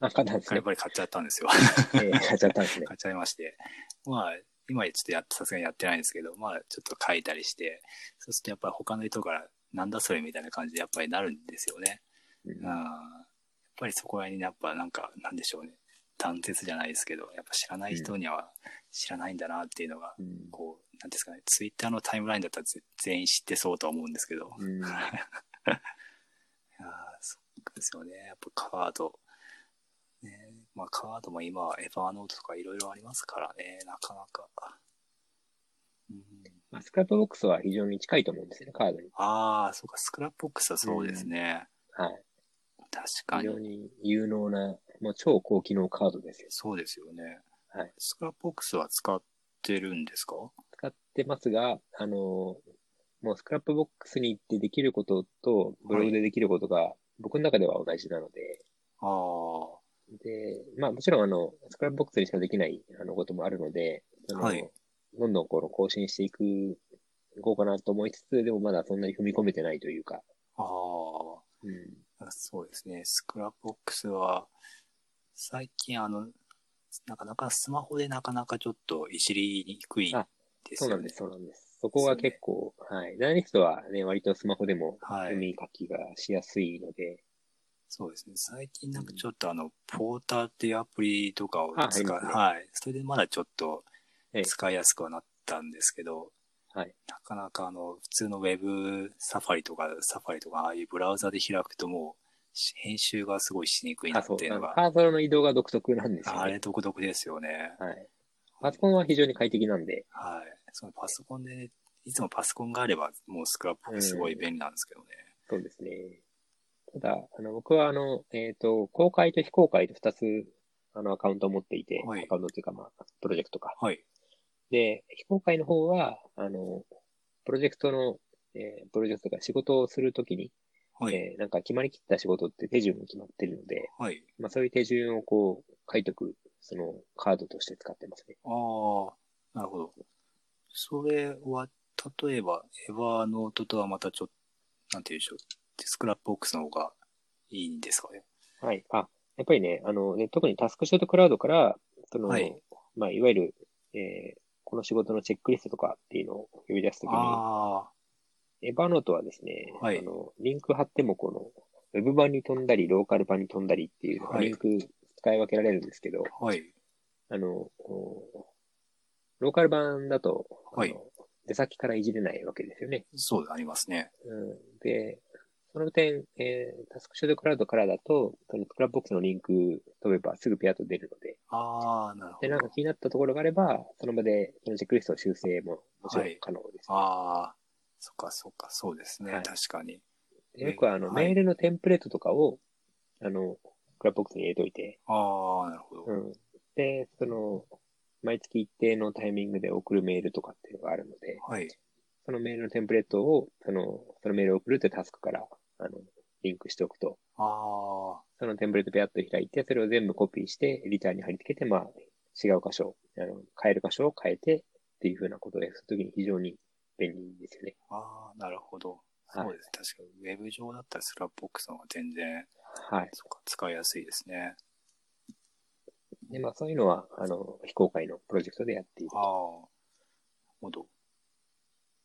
Speaker 2: あ、買ったんです
Speaker 1: や
Speaker 2: ね
Speaker 1: っ。ぱり買っちゃったんですよ。
Speaker 2: えー買っちゃったんです [laughs]
Speaker 1: [laughs]
Speaker 2: ね。
Speaker 1: 買っちゃいまして。まあ、今ちょっとやっさすがにやってないんですけど、まあ、ちょっと書いたりして、そうするとやっぱり他の人から、なんだそれみたいな感じでやっぱりなるんですよね。
Speaker 2: うん
Speaker 1: うんやっぱりそこら辺にやっぱなんかなんでしょうね断絶じゃないですけどやっぱ知らない人には知らないんだなっていうのが、
Speaker 2: うん
Speaker 1: こうなんですかねツイッターのタイムラインだったらぜ全員知ってそうとは思うんですけど、
Speaker 2: うん
Speaker 1: [laughs] いやーそうですよねやっぱカードねまあカードも今はエヴァーノートとかいろいろありますからねなかなか、うん、
Speaker 2: まあスクラップボックスは非常に近いと思うんですよね、カードに。
Speaker 1: ああそうかスクラップボックスはそうですね、
Speaker 2: はい。
Speaker 1: 確か
Speaker 2: 非
Speaker 1: に
Speaker 2: 常に有能な、もう超高機能カードですよ。
Speaker 1: そうですよね。
Speaker 2: はい
Speaker 1: スクラップボックスは使ってるんですか
Speaker 2: 使ってますが、あのー、もうスクラップボックスに行ってできることと、ブログでできることが、僕の中では同じなので、
Speaker 1: ああ、
Speaker 2: で、まあもちろんあの、スクラップボックスにしかできないあのこともあるので、あの
Speaker 1: はい
Speaker 2: どんどんこの更新していく、いこうかなと思いつつ、でもまだそんなに踏み込めてないというか、
Speaker 1: あ
Speaker 2: うん、
Speaker 1: あ、そうですね。スクラップボックスは、最近あの、なかなかスマホでなかなかちょっといじりにくい
Speaker 2: あ
Speaker 1: です
Speaker 2: そうな
Speaker 1: よ
Speaker 2: んで
Speaker 1: ね
Speaker 2: す、。そうなんです。そこは結構、はい。ダイナリストはね、割とスマホでも
Speaker 1: はい
Speaker 2: 読み書きがしやすいので、
Speaker 1: そうですね。最近なんかちょっとあの、ポーターっていうアプリとかを
Speaker 2: あ
Speaker 1: 使う、
Speaker 2: ありますね
Speaker 1: はい。それでまだちょっと
Speaker 2: ええ
Speaker 1: 使いやすくはなったんですけど、
Speaker 2: はい
Speaker 1: なかなかあの、普通のウェブサファリとか、サファリとか、ああいうブラウザで開くともう、し編集がすごいしにくいな
Speaker 2: あ、
Speaker 1: っ
Speaker 2: そう
Speaker 1: てい、う
Speaker 2: あ
Speaker 1: の
Speaker 2: の
Speaker 1: が、
Speaker 2: カーソルの移動が独特なんですよね。
Speaker 1: あれ独特ですよね。
Speaker 2: はい。パソコンは非常に快適なんで、
Speaker 1: はい。そのパソコンで、いつもパソコンがあれば、もうスクラップすごい便利なんですけどね。
Speaker 2: そうですね。ただ、あの、僕はあの、えっ、と、公開と非公開と2つ、あの、アカウントを持っていて、
Speaker 1: はい
Speaker 2: アカウントというか、まあ、プロジェクトか。
Speaker 1: はい。
Speaker 2: で、非公開の方は、あの、プロジェクトの、えープロジェクトが仕事をするときに、
Speaker 1: はい。
Speaker 2: えーなんか決まりきった仕事って手順も決まってるので、
Speaker 1: はい。
Speaker 2: まあ、そういう手順をこう書いとく、そのカードとして使ってますね。
Speaker 1: ああ、なるほど。それは、例えば、エヴァーノートとはまたちょっと、なんて言うんでしょう。スクラップボックスの方がいいんですかね。
Speaker 2: はい。あ、やっぱりね、あのね、特にタスクショートクラウドから、その、
Speaker 1: はいい、
Speaker 2: まあ、いわゆる、えーこの仕事のチェックリストとかっていうのを呼び出すときに、
Speaker 1: あ
Speaker 2: エバーノートはですね、
Speaker 1: はい
Speaker 2: あの、リンク貼ってもこの、ウェブ版に飛んだり、ローカル版に飛んだりっていう、
Speaker 1: はい
Speaker 2: リンク使い分けられるんですけど、
Speaker 1: あ、はい。
Speaker 2: あの、おローカル版だと、あの
Speaker 1: はい
Speaker 2: 出先からいじれないわけですよね。
Speaker 1: そうでありますね。
Speaker 2: うん、で、その点、えータスクショートクラウドからだと、そのスクラップボックスのリンク飛べばすぐピアッと出るので、
Speaker 1: ああ、なるほ
Speaker 2: で、なん
Speaker 1: ど。
Speaker 2: か気になったところがあれば、その場でそのチェックリストを修正ももちろん
Speaker 1: はい
Speaker 2: 可能です、
Speaker 1: ああ、そっかそっか、そうですね。
Speaker 2: はい
Speaker 1: 確かに。
Speaker 2: でよくあの、
Speaker 1: はい
Speaker 2: メールのテンプレートとかを、あの、スクラップボックスに入れといて、
Speaker 1: ああ、なるほど。
Speaker 2: うん。で、その、毎月一定のタイミングで送るメールとかっていうのがあるので、
Speaker 1: はい。
Speaker 2: そのメールのテンプレートを、その、そのメールを送るってタスクから、あの、リンクしておくと、
Speaker 1: ああ、
Speaker 2: そのテンプレートペアッと開いて、それを全部コピーして、リターンに貼り付けて、まあ、違う箇所、あの、変える箇所を変えてっていうふうなことをやるときに非常に便利ですよね。
Speaker 1: ああ、なるほど。
Speaker 2: はい
Speaker 1: そうです、確かに。ウェブ上だったらスラップボックスの方が全然、
Speaker 2: はい。
Speaker 1: そうか、使いやすいですね。
Speaker 2: で、まあ、そういうのは、あの、非公開のプロジェクトでやっている
Speaker 1: あ。あ、なるほど。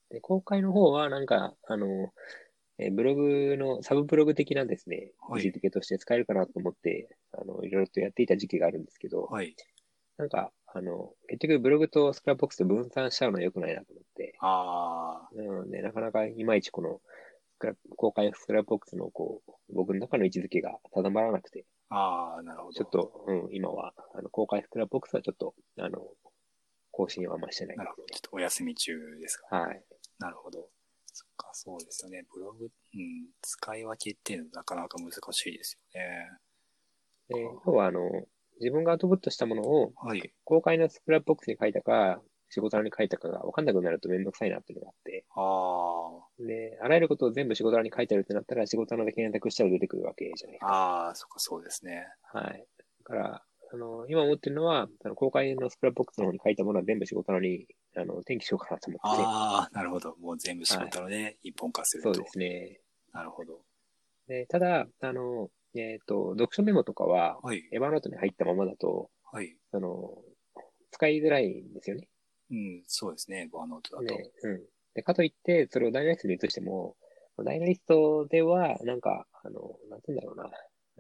Speaker 2: で、公開の方は、なんか、あの、えーブログの、サブブログ的なですね、
Speaker 1: はい
Speaker 2: 位置づけとして使えるかなと思って、あの、いろいろとやっていた時期があるんですけど、
Speaker 1: はい。
Speaker 2: なんか、あの、結局ブログとスクラップボックスで分散しちゃうのは良くないなと思って、
Speaker 1: あ
Speaker 2: なので、なかなかいまいちこの、スクラ公開スクラップボックスの、こう、僕の中の位置づけが定まらなくて、
Speaker 1: あ、ああ、なるほど。
Speaker 2: ちょっ。と、うん、今は、あの、公開スクラップボックスはちょっと、あの、更新はあんましてない
Speaker 1: な
Speaker 2: で
Speaker 1: るほど。ちょっとお休み中ですか。
Speaker 2: すね。はい。
Speaker 1: なるほど。そっか、そうですよね。ブログ、うん、使い分けっていうのはなかなか難しいですよね。
Speaker 2: で、要はあの、自分がアウトプットしたものを、
Speaker 1: はい。
Speaker 2: 公開のスクラップボックスに書いたか、仕事欄に書いたかが分かんなくなるとめんどくさいなっていうのがあって、
Speaker 1: ああ、
Speaker 2: で、あらゆることを全部仕事欄に書いてあるってなったら、仕事欄で検索したら出てくるわけじゃないか。
Speaker 1: ああ、そっか、そうですね。
Speaker 2: はい。だから、あの、今思ってるのは、あの公開のスクラップボックスの方に書いたものは全部仕事欄に、あの、転記しようかなと思っ
Speaker 1: ああ、なるほど。もう全部仕事なので、一本化す
Speaker 2: て。
Speaker 1: る
Speaker 2: そ
Speaker 1: と。
Speaker 2: うですね。
Speaker 1: なるほど。
Speaker 2: で、ただ、あの、えっ、と、読書メモとかは、
Speaker 1: はい。
Speaker 2: エヴァノートに入ったままだと、
Speaker 1: はい。
Speaker 2: あの、使いづらいんですよね。
Speaker 1: うん、そうですね。バーノートだと。
Speaker 2: ね、うん。で、かといって、それをダイナリストに移しても、ダイナリストでは、なんか、あの、なんて言うんだろうな、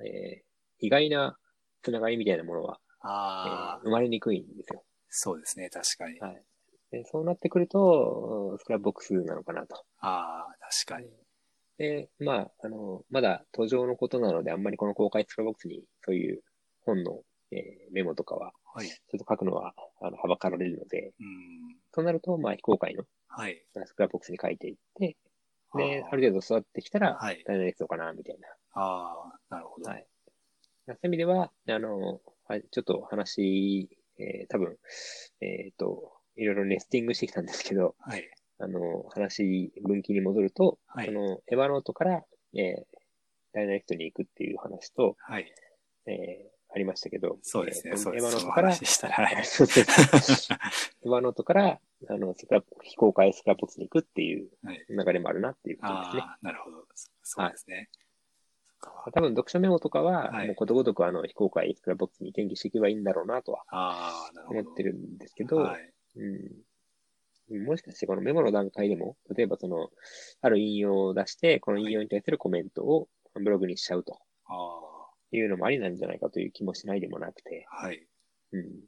Speaker 2: えー意外なつながりみたいなものは、え
Speaker 1: ああ
Speaker 2: ー、生まれにくいんですよ。
Speaker 1: そうですね。確かに。
Speaker 2: はい。でそうなってくると、うんスクラップボックスなのかなと。
Speaker 1: ああ、確かに。
Speaker 2: で、まあ、あの、まだ途上のことなので、あんまりこの公開スクラップボックスに、そういう本の、えーメモとかは、
Speaker 1: はい。
Speaker 2: ちょっと書くのは、あの、はばかられるので、
Speaker 1: うん。
Speaker 2: となると、まあ、非公開の
Speaker 1: はい。
Speaker 2: スクラップボックスに書いていって、で、
Speaker 1: あー
Speaker 2: ある程度育ってきたら、
Speaker 1: はい。
Speaker 2: ダイナリストかな、みたい
Speaker 1: ああ、なるほど。
Speaker 2: な。はい。そういう意味では、あの、はいちょっとお話、えー多分、えっ、と、いろいろネスティングしてきたんですけど、
Speaker 1: はい。
Speaker 2: あの、話、分岐に戻ると、
Speaker 1: は
Speaker 2: そ
Speaker 1: い。
Speaker 2: の、エヴァノートから、えーダイナリストに行くっていう話と、
Speaker 1: はい。
Speaker 2: えーありましたけど、
Speaker 1: そうです
Speaker 2: え
Speaker 1: ね。
Speaker 2: ー
Speaker 1: そうで
Speaker 2: エヴ
Speaker 1: す。そ
Speaker 2: ァノート
Speaker 1: の
Speaker 2: から、
Speaker 1: 話でしたら。はい。
Speaker 2: そうそうそう [laughs] エヴァノートから、あの、スクラップ、非公開スクラップボックスに行くっていう
Speaker 1: はい
Speaker 2: 流れもあるなっていうことですね。
Speaker 1: ああ、なるほど。そそうですね。そっか
Speaker 2: 多分読書メモとかは、
Speaker 1: はい
Speaker 2: もうことごとくあの非公開スクラップボックスに転記していけばいいんだろうなとは
Speaker 1: ああ、なるほ
Speaker 2: 思
Speaker 1: ど。
Speaker 2: ってるんですけど、
Speaker 1: はい。
Speaker 2: うん、もしかしてこのメモの段階でも、例えばその、ある引用を出して、この引用に対するコメントをブログにしちゃうと
Speaker 1: ああ、
Speaker 2: いうのもありなんじゃないかという気もしないでもなくて、
Speaker 1: はい。
Speaker 2: うん、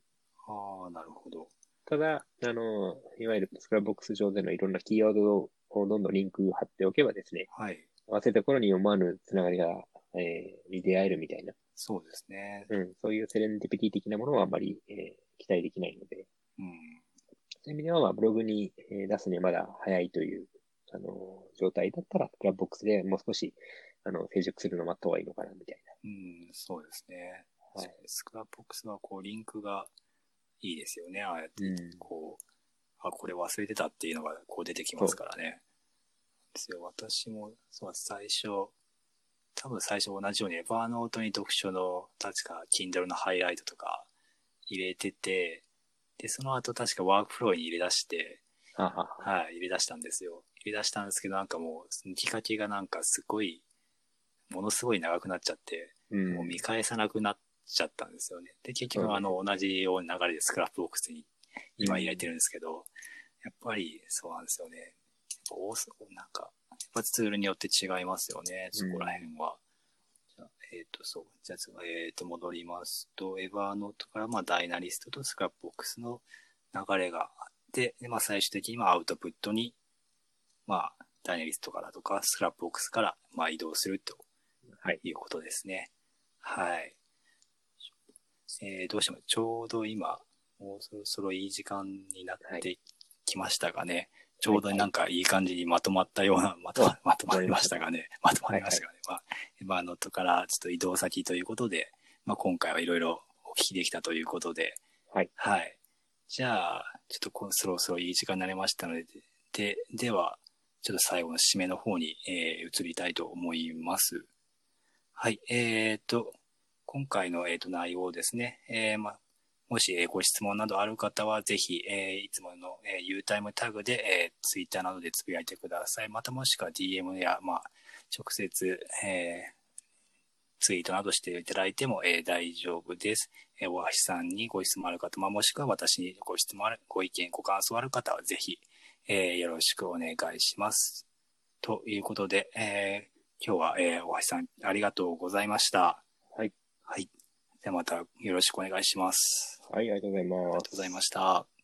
Speaker 1: ああ、なるほど。
Speaker 2: ただ、あの、いわゆるスクラップボックス上でのいろんなキーワードをどんどんリンク貼っておけばですね、
Speaker 1: はい。
Speaker 2: 忘れた頃に思わぬつながりが、えーに出会えるみたいな
Speaker 1: そうですね。
Speaker 2: うん、そういうセレンディピティ的なものはあまり、えー期待できないので、
Speaker 1: うん。
Speaker 2: そういう意味では、まあ、ブログに、えー出すにはまだ早いという、あのー状態だったら、スクラップボックスでもう少し、あの、成熟するのを待った方がいいのかな、みたい
Speaker 1: うん、そうですね。
Speaker 2: はい
Speaker 1: そうスクラップボックスは、こう、リンクがいいですよね。ああやって、
Speaker 2: な。
Speaker 1: こう、あ、これ忘れてたっていうのが、こう出てきますからね。ですよ。私も、そう、最初、多分最初同じようにエヴァーノートに読書の、確か Kindle のハイライトとか入れてて、で、その後確かワークフローに入れ出して、
Speaker 2: ああ、
Speaker 1: はい、入れ出したんですよ。入れ出したんですけど、なんかもう、抜きかけがなんかすごい、ものすごい長くなっちゃって、
Speaker 2: うん
Speaker 1: もう見返さなくなっちゃったんですよね。で、結
Speaker 2: そう
Speaker 1: 局
Speaker 2: ね
Speaker 1: あの、同じような流れでスクラップボックスに今入れてるんですけど、やっぱりそうなんですよね。やっぱ多すなんか、やっぱツールによって違いますよね、そこら辺は。じゃあえっ、と、そう。じゃあ、えっ、と、戻りますと、エヴァーノートから、まあ、ダイナリストとスクラップボックスの流れがあって、でまあ、最終的に、まあ、アウトプットに、まあ、ダイナリストからとか、スクラップボックスから、まあ、移動すると
Speaker 2: はい
Speaker 1: いうことですね。はい。えーどうしましょう。ちょうど今、もうそろそろいい時間になってきましたがね、ちょうどなんかいい感じにまとまったような、まとままとまりましたがね、 [laughs] まとまりましたがね、まあ、エヴァノートからちょっと移動先ということで、まあ、今回はいろいろお聞きできたということで、
Speaker 2: はい。
Speaker 1: はい。じゃあ、ちょっとこそろそろいい時間になりましたので、で、では、ちょっと最後の締めの方に、えー移りたいと思います。はい。えっ、と、今回の、えー、と内容ですね、えーまあ、もし、えーご質問などある方は、ぜひ、えーいつもの、えー、Utime タグで、えー、Twitter などでつぶやいてください。またもしくは DM や、まあ、直接、えーツイートなどしていただいても、えー大丈夫です。えー、大橋さんにご質問ある方、まあ、もしくは私にご質問ある、ご意見、ご感想ある方は、ぜひ、えーよろしくお願いします。ということで、えー今日は、えー大橋さん、ありがとうございました。
Speaker 2: はい。
Speaker 1: はい。ではまたよろしくお願いします。
Speaker 2: はい、ありがとうございます。
Speaker 1: ありがとうございました。